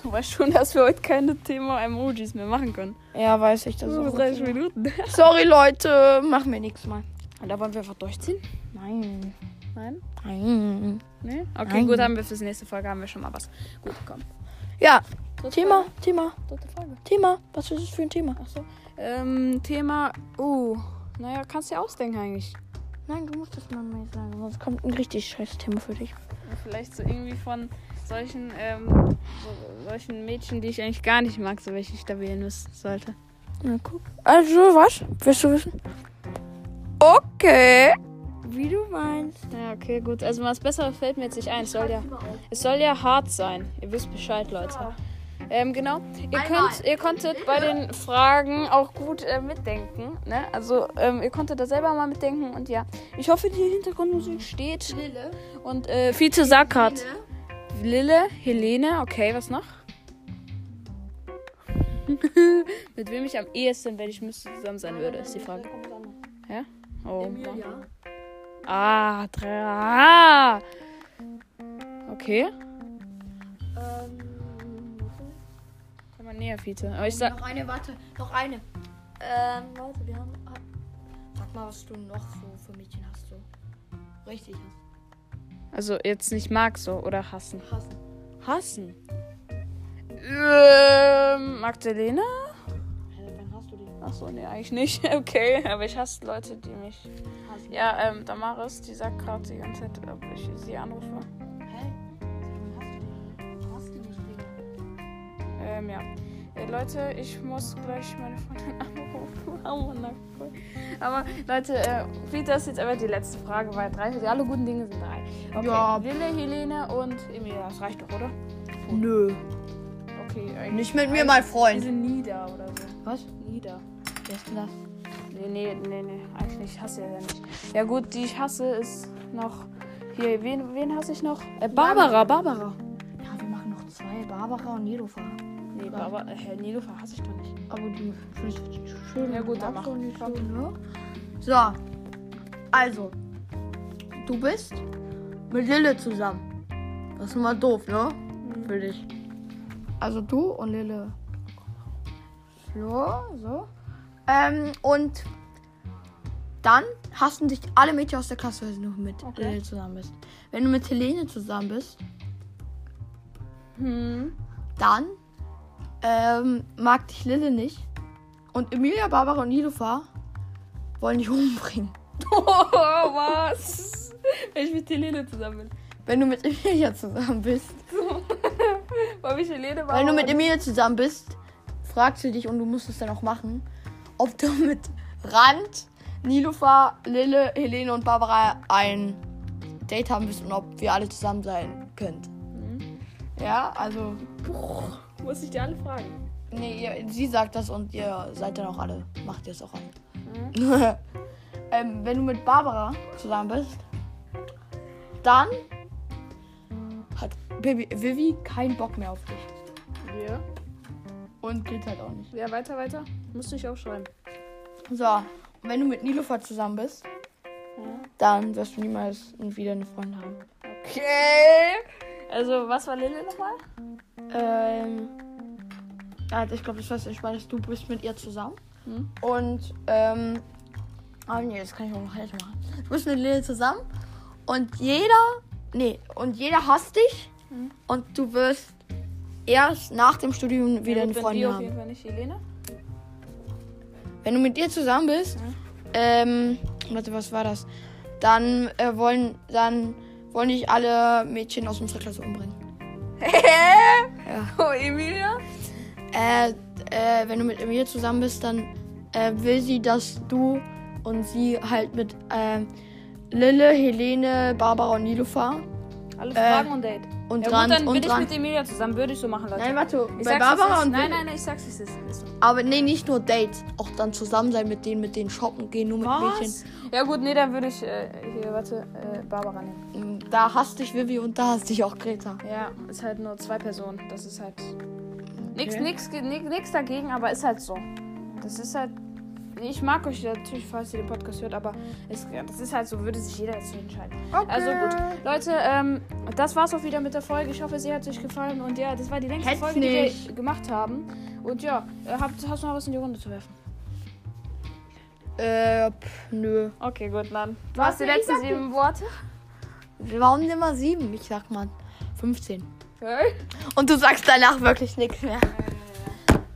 [SPEAKER 1] Du weißt schon, dass wir heute keine Thema Emojis mehr machen können.
[SPEAKER 2] Ja, weiß ich das
[SPEAKER 1] So,
[SPEAKER 2] auch.
[SPEAKER 1] 30 Minuten.
[SPEAKER 2] Sorry, Leute, mach mir nichts mal.
[SPEAKER 1] Und da wollen wir einfach durchziehen?
[SPEAKER 2] Nein.
[SPEAKER 1] Nein?
[SPEAKER 2] Nein.
[SPEAKER 1] Nee? Okay,
[SPEAKER 2] Nein.
[SPEAKER 1] gut, haben wir fürs nächste Folge haben wir schon mal was. Gut, komm.
[SPEAKER 2] Ja,
[SPEAKER 1] Dritte
[SPEAKER 2] Thema,
[SPEAKER 1] Frage.
[SPEAKER 2] Thema,
[SPEAKER 1] Dritte Frage.
[SPEAKER 2] Thema. Was ist das für ein Thema?
[SPEAKER 1] Achso. Ähm, Thema. Uh. Naja, kannst du dir ausdenken eigentlich.
[SPEAKER 2] Nein, du musst das mal nicht sagen, sonst kommt ein richtig scheiß Thema für dich.
[SPEAKER 1] Vielleicht so irgendwie von solchen, ähm, so, solchen Mädchen, die ich eigentlich gar nicht mag, so welche ich da wählen müssen sollte.
[SPEAKER 2] Na, guck. Also, was? Willst du wissen? Okay. Wie du meinst.
[SPEAKER 1] Ja, okay, gut. Also was Besseres fällt mir jetzt nicht ein. Es soll ja, es soll ja hart sein. Ihr wisst Bescheid, Leute. Ähm, genau. Ihr,
[SPEAKER 2] Einmal.
[SPEAKER 1] könnt, ihr konntet bei den Fragen auch gut äh, mitdenken. Ne? Also ähm, ihr konntet da selber mal mitdenken. Und ja, ich hoffe, die Hintergrundmusik steht.
[SPEAKER 2] Lille.
[SPEAKER 1] Und äh, Fiete Sackert. Lille, Helene. Okay, was noch? Mit wem ich am ehesten, wenn ich müsste, zusammen sein würde, ist die Frage. Oh, Mann. Ah, drei. Ah. Okay. Komm mal näher, Fiete. Aber ich sag.
[SPEAKER 2] noch eine, warte, noch eine. Ähm, warte, wir haben. ah, Sag mal, was du noch so für Mädchen hast, so. Richtig hast.
[SPEAKER 1] Also jetzt nicht mag so oder hassen.
[SPEAKER 2] Hast.
[SPEAKER 1] Hassen. Ähm, Magdalena?
[SPEAKER 2] Hä, wann hast du die?
[SPEAKER 1] Achso, nee, eigentlich nicht. Okay, aber ich hasse Leute, die mich.
[SPEAKER 2] Hassen.
[SPEAKER 1] Ja, ähm, Damaris, die sagt gerade die ganze Zeit, ob ich sie anrufe.
[SPEAKER 2] Hä? Wann hast du die? Hast du nicht die?
[SPEAKER 1] Ähm, ja. Äh, Leute, ich muss gleich meine Freundin anrufen. Oh, na cool. Aber Leute, äh, Peter ist jetzt aber die letzte Frage, weil drei, also alle guten Dinge sind drei. Okay.
[SPEAKER 2] Ja.
[SPEAKER 1] Lille, Helene und Emilia, das reicht doch, oder?
[SPEAKER 2] Nö.
[SPEAKER 1] Okay, eigentlich.
[SPEAKER 2] Nicht mit mir, mein
[SPEAKER 1] Die
[SPEAKER 2] Freund.
[SPEAKER 1] sind nieder oder so.
[SPEAKER 2] Was?
[SPEAKER 1] Nieder.
[SPEAKER 2] Wer ist denn das?
[SPEAKER 1] Nee, nee, nee, nee. Eigentlich nicht. Ich hasse ja nicht. Ja gut, die ich hasse ist noch. Hier, wen, wen hasse ich noch? Äh, Barbara, Barbara.
[SPEAKER 2] Ja, wir machen noch zwei. Barbara und Nilofa.
[SPEAKER 1] Nee, Barbara. Äh, Nilofer hasse ich doch nicht.
[SPEAKER 2] Aber die schön.
[SPEAKER 1] Ja, gut, dann mach.
[SPEAKER 2] ne? So. Also. Du bist mit Lille zusammen. Das ist mal doof, ne?
[SPEAKER 1] Mhm.
[SPEAKER 2] Für dich. Also du und Lille. So, so. Ähm, und dann hassen dich alle Mädchen aus der Klasse, weil du mit
[SPEAKER 1] Okay.
[SPEAKER 2] Lille zusammen bist. Wenn du mit Helene zusammen bist,
[SPEAKER 1] Hm.
[SPEAKER 2] dann ähm, mag dich Lille nicht. Und Emilia, Barbara und Nilofa wollen dich umbringen.
[SPEAKER 1] Oh, was? Wenn ich mit Helene zusammen bin.
[SPEAKER 2] Wenn du mit Emilia zusammen bist.
[SPEAKER 1] Weil ich Helene war.
[SPEAKER 2] Wenn du mit Emilia zusammen bist, fragt sie dich und du musst es dann auch machen, ob du mit Rand, Nilofa, Lille, Helene und Barbara ein Date haben wirst und ob wir alle zusammen sein könnt. Ja, also.
[SPEAKER 1] Muss ich dir alle fragen.
[SPEAKER 2] Nee, ihr, sie sagt das und ihr seid dann auch alle. Macht ihr es auch an. ähm, wenn du mit Barbara zusammen bist, dann hat Baby, Vivi keinen Bock mehr auf dich.
[SPEAKER 1] Ja.
[SPEAKER 2] Und geht halt auch nicht.
[SPEAKER 1] Ja, weiter, weiter. Musst du nicht aufschreiben.
[SPEAKER 2] So, und wenn du mit Nilofa zusammen bist, dann wirst du niemals wieder eine Freundin haben.
[SPEAKER 1] Okay. Also, was war Lille nochmal?
[SPEAKER 2] Ähm. Ja, ich glaube, das weiß ich, weil du bist mit ihr zusammen.
[SPEAKER 1] Hm.
[SPEAKER 2] Und, ähm. Ah, nee, das kann ich auch noch nicht machen. Du bist mit Lil zusammen und jeder. Nee, und jeder hasst dich.
[SPEAKER 1] Hm.
[SPEAKER 2] Und du wirst erst nach dem Studium wieder eine Freundin
[SPEAKER 1] auf jeden
[SPEAKER 2] haben.
[SPEAKER 1] Fall nicht Helene.
[SPEAKER 2] Wenn du mit ihr zusammen bist,
[SPEAKER 1] Hm.
[SPEAKER 2] ähm. Warte, was war das? Dann äh, wollen. Dann wollen dich alle Mädchen aus unserer Klasse umbringen.
[SPEAKER 1] Oh, Emilia?
[SPEAKER 2] Äh, äh, wenn du mit Emilia zusammen bist, dann äh, will sie, dass du und sie halt mit ähm, Lille, Helene, Barbara und Nilofa
[SPEAKER 1] Alle
[SPEAKER 2] Äh,
[SPEAKER 1] Fragen und Date.
[SPEAKER 2] und
[SPEAKER 1] ja,
[SPEAKER 2] dran
[SPEAKER 1] gut, dann bin
[SPEAKER 2] und
[SPEAKER 1] ich
[SPEAKER 2] dran.
[SPEAKER 1] mit Emilia zusammen. Würde ich so machen, Leute.
[SPEAKER 2] Nein, warte,
[SPEAKER 1] ich
[SPEAKER 2] bei
[SPEAKER 1] sag's, es
[SPEAKER 2] Barbara
[SPEAKER 1] ist,
[SPEAKER 2] und
[SPEAKER 1] Nein,
[SPEAKER 2] Lille-
[SPEAKER 1] nein, nein, ich sag's, es ist. Ist so.
[SPEAKER 2] Aber nee, nicht nur Dates, auch dann zusammen sein mit denen, mit denen shoppen gehen, nur mit Mädchen.
[SPEAKER 1] Ja gut, nee, dann würde ich äh, hier, warte, äh, Barbara nehmen.
[SPEAKER 2] Mm, Da hasst dich Vivi und da hasst dich auch Greta.
[SPEAKER 1] Ja, ist halt nur zwei Personen. Das ist halt nix,
[SPEAKER 2] Okay.
[SPEAKER 1] nix, ge- nix, nix dagegen, aber ist halt so. Das ist halt. Ich mag euch natürlich, falls ihr den Podcast hört, aber es, das ist halt so, würde sich jeder jetzt entscheiden. Also gut, Leute, ähm, das war's auch wieder mit der Folge. Ich hoffe, sie hat euch gefallen und ja, das war die längste
[SPEAKER 2] Hätt's
[SPEAKER 1] Folge, die wir
[SPEAKER 2] nicht.
[SPEAKER 1] gemacht haben. Und ja, äh, habt, hast du noch was in die Runde zu werfen?
[SPEAKER 2] Äh, pff, nö.
[SPEAKER 1] Okay, gut, dann. Du hast die
[SPEAKER 2] Warte, ich
[SPEAKER 1] letzten
[SPEAKER 2] sag
[SPEAKER 1] sieben Worte.
[SPEAKER 2] Warum denn mal sieben? Ich sag mal 15.
[SPEAKER 1] Okay.
[SPEAKER 2] Und du sagst danach wirklich nichts mehr.